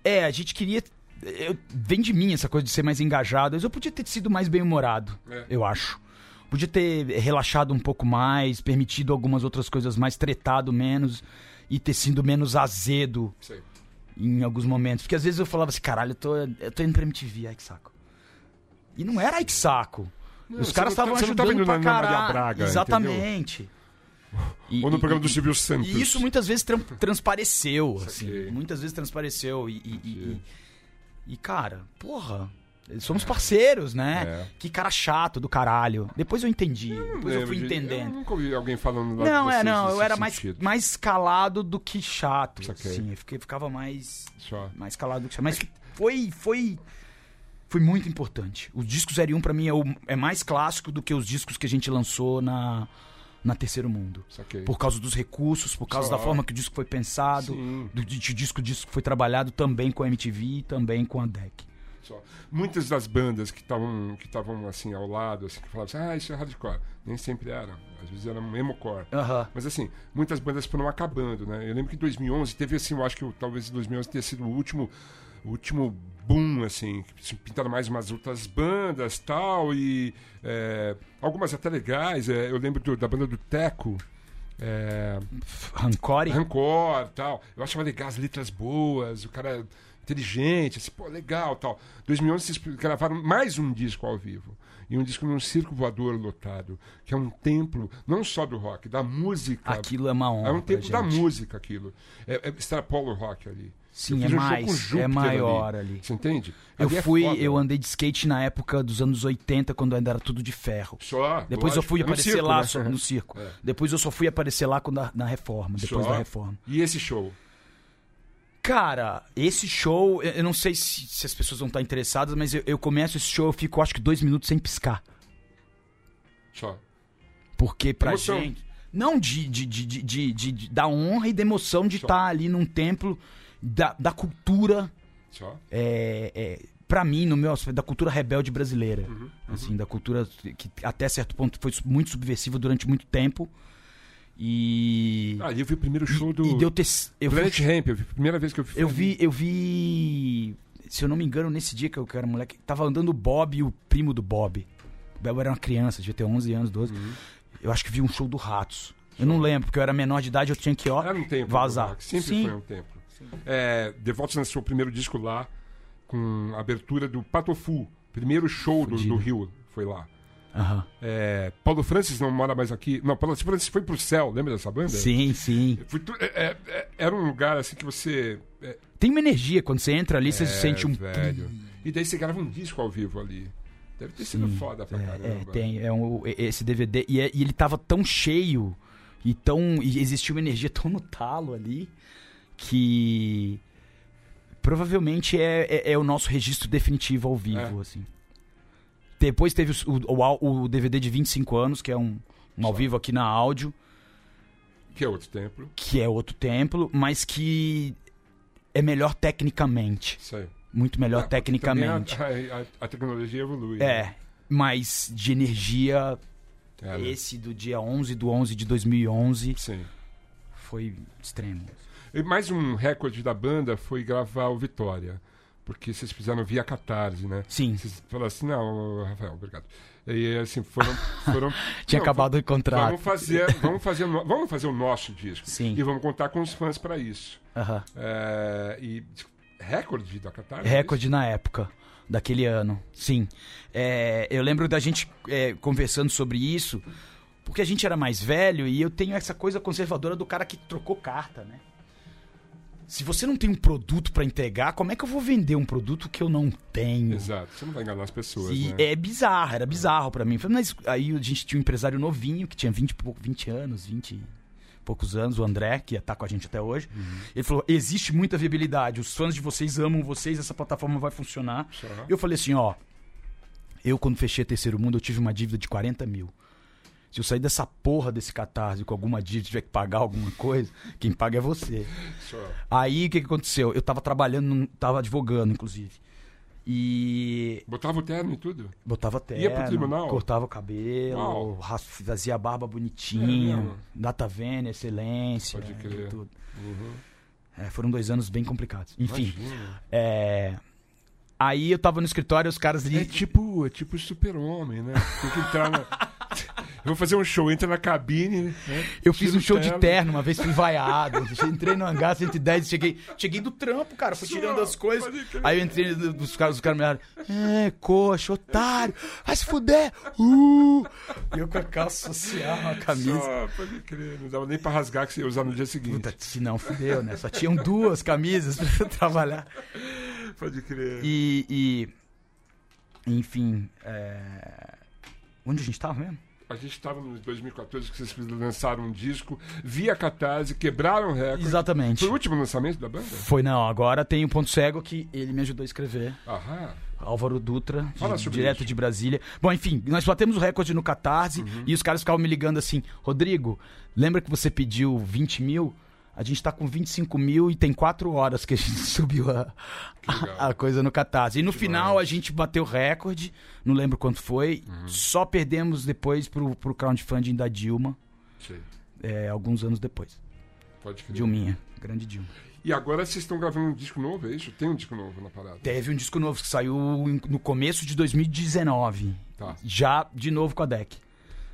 S1: É, a gente queria. Eu, vem de mim essa coisa de ser mais engajado. Mas eu podia ter sido mais bem-humorado,
S2: É.
S1: eu acho. Podia ter relaxado um pouco mais, permitido algumas outras coisas mais, tretado menos e ter sido menos azedo
S2: Isso aí.
S1: em alguns momentos. Porque às vezes eu falava assim, caralho, eu tô, eu tô indo pra MTV, ai que saco. E não era ai que saco. Os
S2: você
S1: caras
S2: não tá-
S1: estavam
S2: você não tava
S1: ajudando
S2: indo
S1: pra
S2: na Ana Maria
S1: caralho.
S2: Braga,
S1: Exatamente. E-
S2: Ou no
S1: e-
S2: programa
S1: e-
S2: do Silvio Santos.
S1: e isso muitas vezes tran- transpareceu, assim.
S2: Saquei.
S1: Muitas vezes transpareceu. E, e, e, e- e, cara, porra. Somos parceiros, né?
S2: É.
S1: Que cara chato do caralho. Depois eu entendi. depois eu
S2: Lembro
S1: fui
S2: de- Eu
S1: entendendo.
S2: nunca ouvi alguém falando lá de
S1: não, é,
S2: vocês
S1: não. Eu
S2: nesse
S1: era mais,
S2: sentido.
S1: mais calado do que chato.
S2: Saquei.
S1: Assim, eu fiquei, ficava mais,
S2: Só.
S1: mais calado do que chato.
S2: É
S1: Mas foi. foi foi muito importante. O disco 01 pra mim é, o, é mais clássico do que os discos que a gente lançou na, na Terceiro Mundo.
S2: Saquei.
S1: Por causa dos recursos, por causa
S2: Só.
S1: da forma que o disco foi pensado,
S2: Sim.
S1: do, de, de disco, disco foi trabalhado também com a MTV e também com a DEC.
S2: Só. Muitas das bandas que estavam que estavam assim ao lado, assim, que falavam assim, ah, isso é hardcore. Nem sempre eram. Às vezes era um emocore.
S1: Aham.
S2: Mas assim, muitas bandas foram acabando, né? Eu lembro que em 2011 teve assim, eu acho que o- talvez em 2011 tenha sido o último o último boom, assim, que se pintaram mais umas outras bandas tal, e é, algumas até legais. É, eu lembro do- da banda do Teco. é,
S1: Rancore?
S2: rancor tal. Eu achava legal as letras boas, o cara inteligente, assim, pô, legal tal. 2011 vocês gravaram mais um disco ao vivo. E um disco num circo voador lotado, que é um templo não só do rock, da música.
S1: Aquilo é uma honra.
S2: é um
S1: pra
S2: templo da
S1: gente.
S2: música aquilo. É, é, extrapola o rock ali.
S1: Sim,
S2: Eu fiz
S1: é
S2: um show
S1: mais,
S2: com
S1: é
S2: Júpiter
S1: maior ali.
S2: Você entende?
S1: Eu
S2: Ali é
S1: fui,
S2: foda.
S1: eu andei de skate na época dos anos 80, quando ainda era tudo de ferro.
S2: Só,
S1: Depois eu
S2: lógico.
S1: fui
S2: É no
S1: aparecer
S2: circo,
S1: lá
S2: né?
S1: só- no circo.
S2: É.
S1: Depois eu só fui aparecer lá quando a- na reforma, depois
S2: Só.
S1: da reforma.
S2: E esse show?
S1: Cara, esse show, eu- eu não sei se, se as pessoas vão estar interessadas, mas eu, eu começo esse show, eu fico acho que dois minutos sem piscar.
S2: Só.
S1: Porque pra
S2: Emoção.
S1: gente. Não de, de, de, de, de, de- de- da honra e da emoção de
S2: Só.
S1: estar ali num templo da, da cultura.
S2: Só.
S1: É, é, para mim, no meu aspecto, da cultura rebelde brasileira. Assim, da cultura que até certo ponto foi muito subversiva durante muito tempo. E.
S2: Ah, Ali eu vi o primeiro show
S1: e-
S2: do.
S1: e deu ter, eu, fui-
S2: Planet Ramp, eu vi a primeira vez que eu vi.
S1: eu vi. Eu vi. Se eu não me engano, nesse dia que eu que eu era moleque, tava andando o Bob e o primo do Bob. O Bel era uma criança, devia ter 11 anos, 12.
S2: Uhum.
S1: Eu acho que vi um show do Ratos. Eu não lembro, porque eu era menor de idade, eu tinha que, ó,
S2: Era um templo.
S1: vazar.
S2: Rock, Sempre
S1: Sim,
S2: foi um templo. É, The Volts lançou o primeiro disco lá, com a abertura do Patofu, primeiro show do,
S1: Fudido.
S2: do Rio, foi lá.
S1: Aham.
S2: É, Paulo Francis não mora mais aqui. Não, Paulo Francis foi pro céu, lembra dessa banda?
S1: sim, sim.
S2: Foi tu- é, é, é, era um lugar assim que você. É,
S1: Tem uma energia, quando você entra ali, você sente um...
S2: velho. E daí você grava um disco ao vivo ali. Deve ter sido foda pra
S1: É,
S2: caramba.
S1: tem, é um, e- esse DVD, e, é- e ele tava tão cheio, e tão, e existia uma energia tão no talo ali, que provavelmente é, é, é o nosso registro definitivo ao vivo,
S2: É.
S1: assim. Depois teve o, o, o DVD de 25 anos, que é um, um ao vivo aqui na áudio,
S2: Que é outro templo.
S1: que é outro templo, mas que é melhor tecnicamente.
S2: Isso aí.
S1: Muito melhor
S2: Ah,
S1: tecnicamente.
S2: também A, a- a- a tecnologia evolui.
S1: É, mas de energia,
S2: né? É, né?
S1: esse do dia 11 do 11 de 2011
S2: Sim.
S1: foi extremo.
S2: E mais um recorde da banda foi gravar o Vitória. Porque vocês fizeram via Catarse, né?
S1: Sim,
S2: Vocês falaram assim, não, Rafael, obrigado. E assim, foram. foram
S1: tinha
S2: não,
S1: acabado o contrato.
S2: Vamos fazer, vamos, fazer, o no- vamos fazer o nosso disco.
S1: Sim.
S2: E vamos contar com os fãs para isso.
S1: Aham.
S2: É, e tipo, recorde da Catarse? é
S1: Recorde na época daquele ano, sim. É, eu lembro da gente é, conversando sobre isso, porque a gente era mais velho e eu tenho essa coisa conservadora do cara que trocou carta, né? Se você não tem um produto pra entregar, como é que eu vou vender um produto que eu não tenho?
S2: Exato. Você não vai enganar as pessoas,
S1: E
S2: né?
S1: é bizarro, era bizarro pra mim. Eu falei, Mas aí a gente tinha um empresário novinho, que tinha 20, e pouco- 20 anos, 20 e poucos anos, o André, que tá com a gente até hoje.
S2: Uhum.
S1: Ele falou: existe muita viabilidade, os fãs de vocês amam vocês, essa plataforma vai funcionar.
S2: Só.
S1: Eu falei assim: ó, eu quando fechei Terceiro Mundo, eu tive uma dívida de 40 mil. Se eu sair dessa porra desse catarse com alguma dívida, tiver que pagar alguma coisa, quem paga é você.
S2: Só.
S1: Aí o que, que aconteceu? Eu tava trabalhando, num- tava advogando, inclusive. E
S2: Botava o terno e tudo?
S1: Botava terno,
S2: Ia pro tribunal?
S1: cortava o cabelo,
S2: Uau.
S1: ras- fazia a barba
S2: É
S1: bonitinho,
S2: mesmo?
S1: data vênia, excelência,
S2: Pode crer.
S1: e tudo.
S2: Uhum.
S1: É, foram dois anos bem complicados. Enfim,
S2: Imagina.
S1: é, aí eu tava no escritório, os caras ali...
S2: É tipo, é tipo super-homem, né? Tem que entrar na. Eu vou fazer um show, entra na cabine, né?
S1: Eu fiz
S2: tira
S1: um
S2: o
S1: show de
S2: terno.
S1: terno, uma vez fui vaiado. Entrei no hangar 110 e cheguei. Cheguei do trampo, cara. Fui
S2: Sua,
S1: tirando as coisas.
S2: pode crer.
S1: Aí eu entrei do- dos caras, os caras me olharam. É, coxa, otário. Vai se fuder. Uh! E eu com a calça social, a camisa.
S2: Só, pode crer, não dava nem pra rasgar que você ia usar no dia seguinte.
S1: Puta, se não, fudeu, né? Só tinham duas camisas pra eu trabalhar.
S2: Pode crer.
S1: E. e- enfim. é, Onde a gente tava mesmo?
S2: A gente estava no 2014 que vocês lançaram um disco via Catarse, quebraram o recorde.
S1: Exatamente.
S2: Foi o último lançamento da banda?
S1: Foi não, agora tem o Ponto Cego que ele me ajudou a escrever.
S2: Aham.
S1: Álvaro Dutra,
S2: Fala
S1: de-
S2: sobre
S1: direto
S2: isso. Uhum.
S1: de Brasília. Bom, enfim, nós batemos o recorde no Catarse e os caras ficavam me ligando assim: Rodrigo, lembra que você pediu 20 mil? A gente tá com 25 mil e tem quatro horas que a gente subiu a,
S2: legal.
S1: a coisa no Catarse. E no final a gente bateu o recorde, não lembro quanto foi,
S2: Uhum.
S1: só perdemos depois pro, pro crowdfunding da Dilma,
S2: Sei.
S1: é, alguns anos depois.
S2: Pode crer.
S1: Dilminha, grande Dilma.
S2: E agora vocês estão gravando um disco novo, é isso? Tem um disco novo na parada.
S1: Teve um disco novo que saiu em- no começo de 2019,
S2: Tá.
S1: já de novo com a DEC.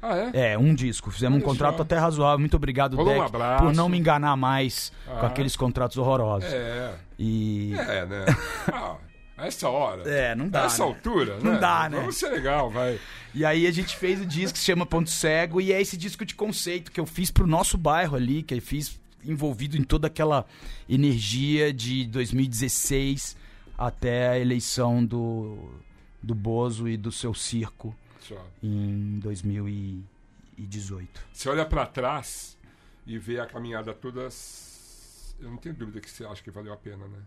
S2: Ah, é?
S1: É, um disco. Fizemos um
S2: Olha
S1: contrato
S2: só.
S1: até razoável. Muito obrigado,
S2: Rolou um
S1: Deck,
S2: abraço.
S1: por não me enganar mais com
S2: Ah.
S1: aqueles contratos horrorosos.
S2: É.
S1: E.
S2: É, né? Ah, a essa hora.
S1: É, não
S2: A
S1: dá.
S2: essa
S1: né?
S2: altura, né?
S1: Não dá, né?
S2: Vamos ser legal, vai.
S1: E aí a gente fez o disco que se chama Ponto Cego, e é esse disco de conceito que eu fiz pro nosso bairro ali, que eu fiz envolvido em toda aquela energia de 2016 até a eleição do, do Bozo e do seu circo
S2: Só.
S1: em 2018.
S2: Você olha pra trás e vê a caminhada toda. s- Eu não tenho dúvida que você acha que valeu a pena, né?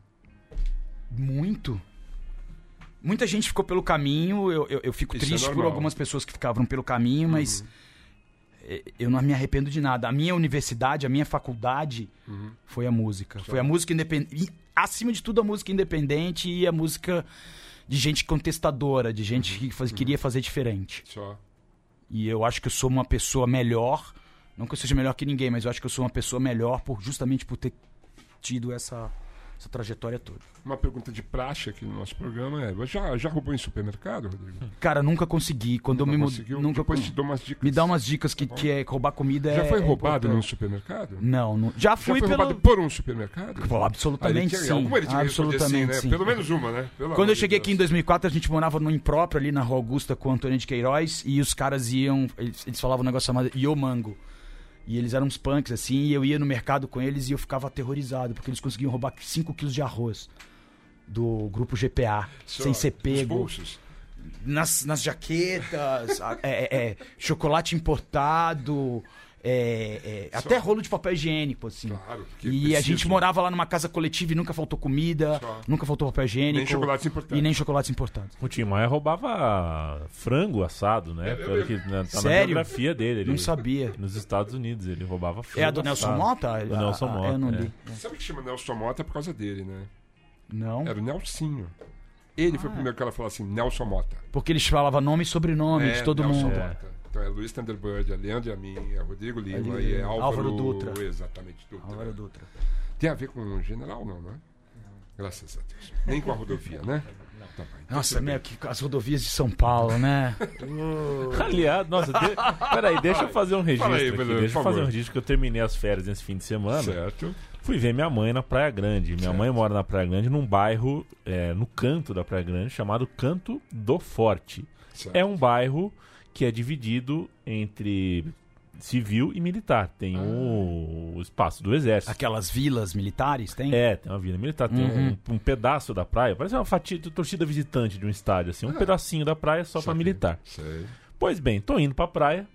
S1: Muito. Muita gente ficou pelo caminho, eu, eu, eu fico
S2: Isso é
S1: triste por
S2: normal. Uhum.
S1: algumas pessoas que ficavam pelo caminho, mas eh, eu não me arrependo de nada. A minha universidade, a minha faculdade
S2: Uhum.
S1: foi a música. Foi a música independente. Acima de tudo, a música independente e a música de gente contestadora, de
S2: Uhum.
S1: gente que faz- queria fazer diferente.
S2: Só.
S1: E eu acho que eu sou uma pessoa melhor, não que eu seja melhor que ninguém, mas eu acho que eu sou uma pessoa melhor por justamente por ter tido essa, essa trajetória toda.
S2: Uma pergunta de praxe aqui no nosso programa é: você já, já roubou em supermercado, Rodrigo?
S1: Cara, nunca consegui. Quando eu me mudei.
S2: conseguiu?
S1: Nunca
S2: Depois
S1: con-
S2: te dou umas dicas.
S1: Me dá umas dicas que, que é roubar comida.
S2: Já
S1: é-
S2: foi
S1: é
S2: roubado num
S1: importante.
S2: supermercado?
S1: Não, não. Já
S2: Já
S1: fui
S2: foi
S1: pelo.
S2: roubado por um supermercado?
S1: Pô,
S2: Aí
S1: absolutamente
S2: tinha-
S1: sim.
S2: Alguma ele tinha que responder
S1: absolutamente
S2: assim,
S1: sim.
S2: né? Pelo menos uma, né? Pelo amor
S1: Quando eu
S2: de
S1: cheguei aqui em
S2: Deus.
S1: 2004, a gente morava no impróprio ali na Rua Augusta com o Antônio de Queiroz e os caras iam. Eles, eles falavam um negócio chamado Yo Mango. E eles eram uns punks assim, e eu ia no mercado com eles e eu ficava aterrorizado, porque eles conseguiam roubar 5 quilos de arroz do grupo GPA,
S2: Só,
S1: sem ser
S2: Os
S1: pego.
S2: bolsos.
S1: nas, nas jaquetas, a- é, é, é, chocolate importado, é, é, até rolo de papel higiênico, assim.
S2: Claro, porque
S1: e
S2: precisa,
S1: a gente
S2: né?
S1: morava lá numa casa coletiva e nunca faltou comida,
S2: Só.
S1: nunca faltou papel higiênico.
S2: Nem chocolates importados.
S1: E nem chocolates importados.
S3: O Tim Maia roubava frango assado, né? Pelo que, né, tá na
S1: Sério?
S3: biografia dele. ele-
S1: Não sabia.
S3: Nos Estados Unidos, ele roubava frango.
S1: É a do Nelson
S3: assado.
S1: Mota?
S3: Do Nelson
S1: Ah,
S3: Mota.
S1: Eu não
S3: é.
S1: li.
S2: Sabe que chama Nelson Mota por causa dele, né?
S1: Não.
S2: Era o Nelsinho. Ele
S1: Ah.
S2: foi o primeiro cara a falar assim, Nelson Mota.
S1: Porque eles falavam nome e sobrenome de
S2: É,
S1: todo
S2: Nelson
S1: mundo.
S2: Mota. Então é Luiz Thunderbird, é Leandro Amin, é Rodrigo Lima
S1: Ali,
S2: e é Álvaro,
S1: Álvaro Dutra.
S2: Exatamente, Dutra.
S1: Álvaro Dutra.
S2: Tem a ver com o general, não, não é? Graças a Deus. Nem com a rodovia, né? Tá bom. Então,
S1: Nossa, meu, que as rodovias de São Paulo, né?
S3: Aliás, nossa, de... peraí, deixa eu fazer um registro.
S2: Fala aí,
S3: aqui,
S2: Pedro, por
S3: deixa eu fazer
S2: favor.
S3: um registro que eu terminei as férias nesse fim de semana.
S2: certo.
S3: Fui ver minha mãe na Praia Grande. Minha mãe mora na Praia Grande, num bairro é, no canto da Praia Grande, chamado Canto do Forte.
S2: certo.
S3: É um bairro que é dividido entre civil e militar.
S2: Ah.
S3: Tem o espaço do exército.
S1: Aquelas vilas militares, tem?
S3: É, tem uma vila militar, tem um, um pedaço da praia, parece uma fatia de torcida visitante de um estádio, assim, um pedacinho da praia só pra
S2: Ah. Saquei.
S3: militar.
S2: Sei.
S3: Pois bem, tô indo pra praia.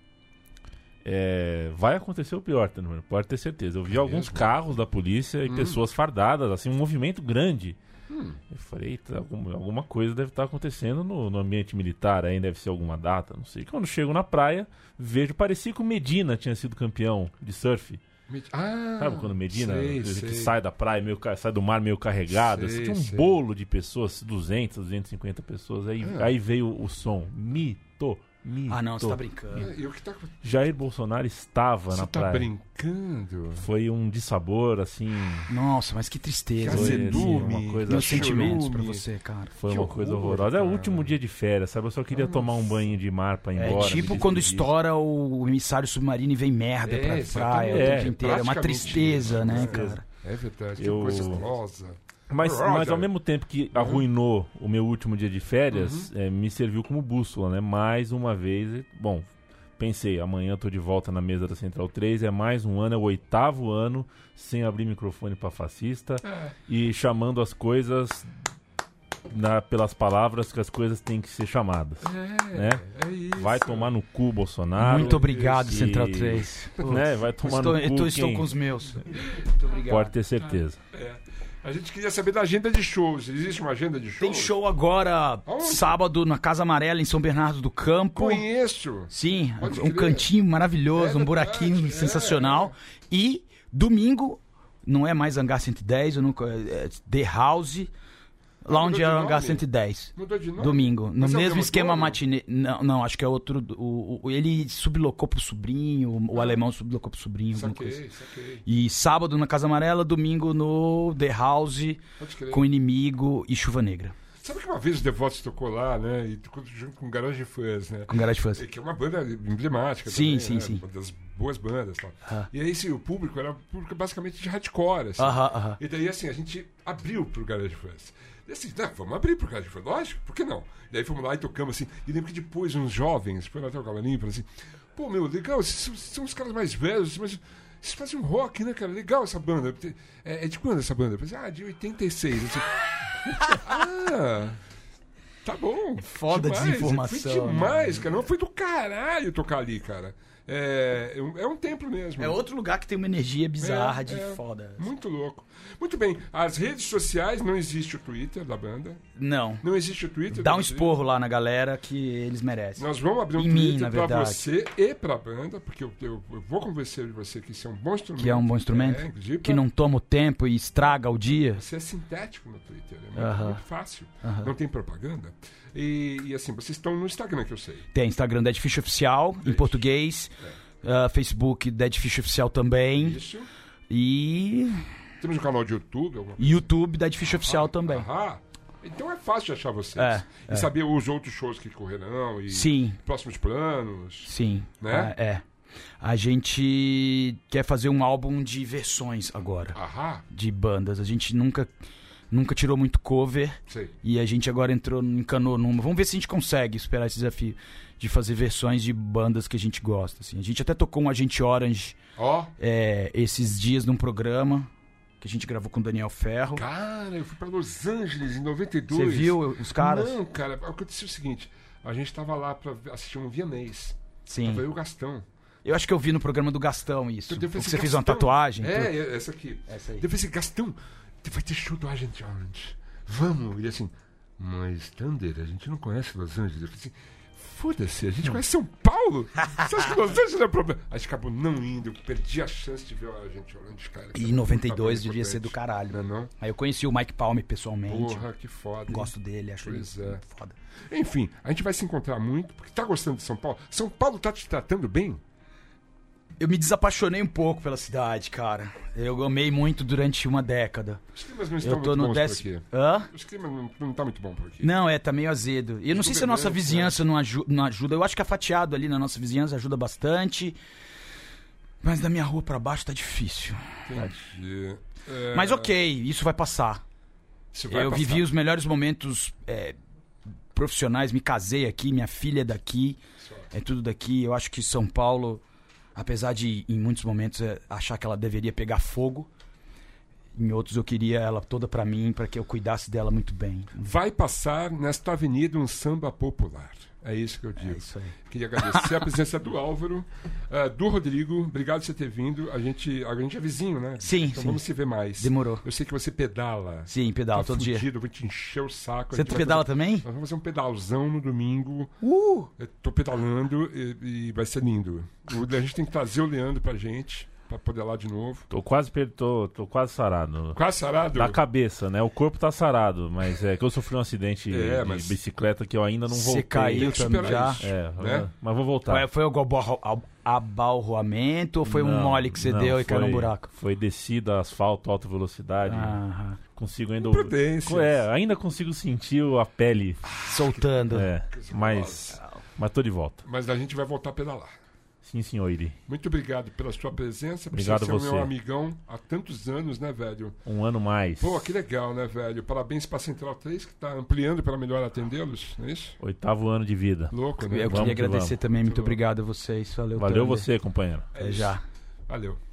S3: É, vai acontecer o pior, tá, mano? pode ter certeza. Eu vi alguns
S2: É mesmo? Hum.
S3: carros da polícia e pessoas fardadas, assim, um movimento grande. Eu falei, "Eita, algum- alguma coisa deve estar acontecendo no, no ambiente militar aí, deve ser alguma data, não sei. Quando chego na praia, vejo, parecia que o Medina tinha sido campeão de surf.
S2: Med- Ah,
S3: Sabe quando Medina
S2: sei,
S3: que
S2: sei.
S3: sai da praia, meio, ca- sai do mar meio carregado?
S2: Sei,
S3: assim, tinha um
S2: sei.
S3: bolo de pessoas, 200, 250 pessoas. Aí,
S2: Ah.
S3: aí veio o som. Mito, mito.
S1: Ah, não, você tá brincando.
S2: É, E o que tá acontecendo?
S3: Jair Bolsonaro estava
S2: Você
S3: na
S2: tá
S3: praia.
S2: brincando?
S3: Foi um dissabor, assim.
S1: Nossa, mas que tristeza.
S3: Foi,
S2: Cazedume,
S3: assim, uma coisa-
S1: Meus sentimentos
S2: Chorume.
S1: pra você, cara.
S3: Foi
S2: que
S3: uma coisa
S2: horror,
S3: horrorosa. É o
S2: cara.
S3: último dia de férias, sabe? Eu só queria tomar um banho de mar pra ir
S1: É
S3: embora.
S1: tipo
S3: me
S1: quando
S3: despedir.
S1: estoura o emissário submarino e vem merda
S2: É,
S1: pra praia
S2: exatamente.
S1: o tempo
S3: É,
S1: inteiro. É uma
S2: praticamente
S1: tristeza,
S2: isso,
S1: né,
S3: tristeza.
S1: cara?
S2: É verdade,
S3: Eu-
S2: que coisa horrorosa.
S3: Mas,
S2: Brother.
S3: mas ao mesmo tempo que
S2: Uhum.
S3: arruinou o meu último dia de férias, eh, me serviu como bússola, né? Mais uma vez. e- Bom, pensei, amanhã eu tô de volta na mesa da Central 3, é mais um ano, é o oitavo ano sem abrir microfone pra fascista
S2: É.
S3: e chamando as coisas na- pelas palavras que as coisas têm que ser chamadas.
S2: É,
S3: Né?
S2: é isso.
S3: Vai tomar no cu, Bolsonaro.
S2: Ah,
S1: Muito obrigado,
S3: E-
S1: Central 3.
S3: Né? Vai tomar
S1: Estou,
S3: no cu.
S1: eu tô- estou
S3: quem?
S1: com os meus.
S2: Então,
S1: Muito obrigado.
S3: Pode ter certeza.
S2: A gente queria saber da agenda de shows. Existe uma agenda de shows?
S1: Tem show agora,
S2: Aonde?
S1: sábado, na Casa Amarela, em São Bernardo do Campo.
S2: Conheço.
S1: Sim,
S2: Pode
S1: um
S2: crer.
S1: cantinho maravilhoso,
S2: É
S1: um buraquinho
S2: verdade, é,
S1: sensacional. E domingo, não é mais Hangar 110, eu nunca, é The House, lá
S2: mudou
S1: onde
S2: de
S1: é o
S2: nome?
S1: Hangar 110.
S2: Mudou de nome?
S1: Domingo, no
S2: Mas é o
S1: mesmo
S2: mesmo
S1: esquema
S2: dono?
S1: matinê. Não, não, acho que é outro. O, o- ele sublocou pro sobrinho, o, o alemão sublocou pro sobrinho, alguma coisa.
S2: Ah.
S1: assim.
S2: Saquei, saquei.
S1: E sábado na Casa Amarela, domingo no The House,
S2: Pode crer.
S1: com Inimigo e Chuva Negra.
S2: Sabe que uma vez o Devotos tocou lá, né? E tocou junto com o Garage Fãs, né?
S1: Com Garage Fãs.
S2: É, Que é uma banda emblemática
S1: Sim,
S2: também,
S1: sim,
S2: né?
S1: sim.
S2: Uma das boas bandas e tal.
S1: Ah.
S2: E aí, assim, o público era um público basicamente de hardcore, assim.
S1: Aham, aham.
S2: E daí, assim, a gente abriu pro Garage Fans. E assim, né, vamos abrir pro Garage Fans, lógico, por que não? E daí fomos lá e tocamos, assim. E lembro que depois uns jovens foram até o Cavalinho e falaram assim: pô, meu, legal, esses são, são os caras mais velhos, mas. Vocês fazem um rock, né, cara? Legal essa banda. É, é de quando essa banda? Eu falei, ah, de 86. Eu disse, Assim, ah, tá bom.
S1: É foda a
S2: demais,
S1: desinformação, né?"
S2: Foi demais, cara. Não, foi do caralho tocar ali, cara. É, é um- é um templo mesmo.
S1: É outro lugar que tem uma energia bizarra
S2: É,
S1: de
S2: é.
S1: foda.
S2: Muito louco. Muito bem, as redes sociais, não existe o Twitter da banda.
S1: Não.
S2: Não existe o Twitter.
S1: Dá
S2: da
S1: um
S2: Rodrigo.
S1: esporro lá na galera que eles merecem.
S2: Nós vamos abrir um
S1: Em mim,
S2: Twitter
S1: na
S2: pra
S1: verdade.
S2: você e pra banda, porque eu, eu- eu vou convencer de você que isso é um bom instrumento.
S1: que é um bom instrumento.
S2: É, inclusive,
S1: que não toma o tempo e estraga o dia.
S2: Você é sintético no Twitter, é muito,
S1: Aham.
S2: muito fácil. Não tem propaganda. E, e assim, vocês estão no Instagram, que eu sei.
S1: Tem Instagram Dead Fish Oficial, em português. Ah, Facebook Dead Fish Oficial também.
S2: É. Isso.
S1: E
S2: Temos um canal de YouTube, alguma coisa.
S1: YouTube Dead Fish Oficial também.
S2: Ahá. Então é fácil de achar vocês.
S1: É,
S2: e saber os outros shows que correrão e
S1: Sim,
S2: próximos planos.
S1: sim.
S2: Né?
S1: Ah, é. A gente quer fazer um álbum de versões agora,
S2: Ahá,
S1: de bandas. A gente nunca, nunca tirou muito cover.
S2: sei.
S1: E a gente agora entrou, encanou numa. Vamos ver se a gente consegue superar esse desafio de fazer versões de bandas que a gente gosta. Assim. A gente até tocou um Agente Orange
S2: Ó,
S1: é, esses dias num programa que a gente gravou com o Daniel Ferro.
S2: cara, eu fui pra Los Angeles em 92.
S1: Você viu os caras?
S2: Não, cara, aconteceu o seguinte: a gente tava lá pra assistir um vienês.
S1: Sim.
S2: Tava eu e o Gastão.
S1: Eu acho que eu vi no programa do Gastão isso.
S2: Eu falei
S1: Porque
S2: assim,
S1: você fez uma
S2: Gastão,
S1: tatuagem. tudo.
S2: É, é, essa aqui.
S1: Essa aí.
S2: Eu falei assim, Gastão, vai ter show do Agent Orange. Vamos. Ele assim, mas Thunder, a gente não conhece Los Angeles. Eu falei assim, foda-se, a gente conhece São Paulo. Você acha que Los Angeles é problema? Aí acabou não indo, eu perdi a chance de ver o Agent Orange, cara.
S1: E 92 devia ser do caralho.
S2: Tá Não é não?
S1: Aí eu conheci o Mike Palmer pessoalmente.
S2: Porra, que foda. hein?
S1: Gosto dele, acho
S2: Pois
S1: ele
S2: é.
S1: foda.
S2: Enfim, a gente vai se encontrar muito, porque tá gostando de São Paulo. São Paulo tá te tratando bem?
S1: Eu me desapaixonei um pouco pela cidade, cara. Eu amei muito durante uma década.
S2: Os climas não estão
S1: Eu tô
S2: muito
S1: no
S2: bons
S1: décimo.
S2: por aqui.
S1: Hã?
S2: Os climas não, não tá muito bom por aqui.
S1: Não, é, tá meio azedo. E eu não sei se a nossa
S2: Governança.
S1: vizinhança não, aju- não ajuda. Eu acho que a fatiado ali na nossa vizinhança ajuda bastante. Mas da minha rua pra baixo tá difícil.
S2: Entendi. É,
S1: Mas ok, isso vai passar.
S2: isso vai
S1: eu
S2: passar.
S1: vivi os melhores momentos é, profissionais, me casei aqui, minha filha é daqui, é tudo daqui. Eu acho que São Paulo, apesar de em muitos momentos é, achar que ela deveria pegar fogo, em outros eu queria ela toda pra mim, pra que eu cuidasse dela muito bem.
S2: Vai passar nesta avenida um samba popular. É isso que eu digo.
S1: isso aí.
S2: Queria agradecer a presença do Álvaro, eh, do Rodrigo. Obrigado por você ter vindo. A gente, a gente é vizinho, né?
S1: Sim,
S2: Então
S1: sim.
S2: vamos se ver mais.
S1: Demorou.
S2: Eu sei que você pedala.
S1: Sim, pedala
S2: Tá
S1: todo dia.
S2: fudido, eu vou te encher o saco. A
S1: Você
S2: gente vai
S1: pedala
S2: fazer-
S1: também?
S2: Nós vamos fazer um pedalzão no domingo.
S1: Uh!
S2: Eu tô pedalando e, e vai ser lindo. O- a gente tem que trazer o Leandro pra gente, pra poder ir lá de novo.
S3: Tô quase, per- tô, tô quase sarado.
S2: Quase sarado.
S3: Da cabeça, né? O corpo tá sarado, mas é que eu sofri um acidente
S2: É,
S3: de
S2: mas-
S3: bicicleta que eu ainda não
S1: Você
S3: voltei.
S1: caiu
S2: que
S1: também já.
S2: superar isso.
S3: É,
S2: Né?
S3: mas vou voltar.
S1: Ué, Foi o gobo- al- abalroamento ou foi um
S3: Não,
S1: mole que você
S3: não,
S1: deu e caiu no
S3: foi-
S1: buraco? Ah.
S3: Foi descida, asfalto, alta velocidade.
S1: Aham.
S3: Consigo ainda.
S2: Imprudências.
S3: É, ainda consigo sentir o- a pele.
S1: Ah. Soltando.
S3: É, mas. Mas tô de volta.
S2: Mas a gente vai voltar a pedalar.
S3: Sim, senhor. Iri.
S2: Muito obrigado pela sua presença. por
S3: Obrigado
S2: ser
S3: você.
S2: meu amigão há tantos anos, né, velho?
S3: Um ano mais.
S2: Pô, que legal, né, velho? Parabéns para Central 3, que está ampliando para melhor atendê-los, não é isso?
S3: Oitavo ano de vida.
S2: Louco, né?
S1: É, Eu
S3: Vamos
S1: queria
S3: que
S1: agradecer
S3: vamos.
S1: também, muito
S2: Muito
S1: obrigado a vocês. Valeu,
S3: Valeu
S1: Thunder.
S3: você, companheiro.
S1: Até já.
S2: Valeu.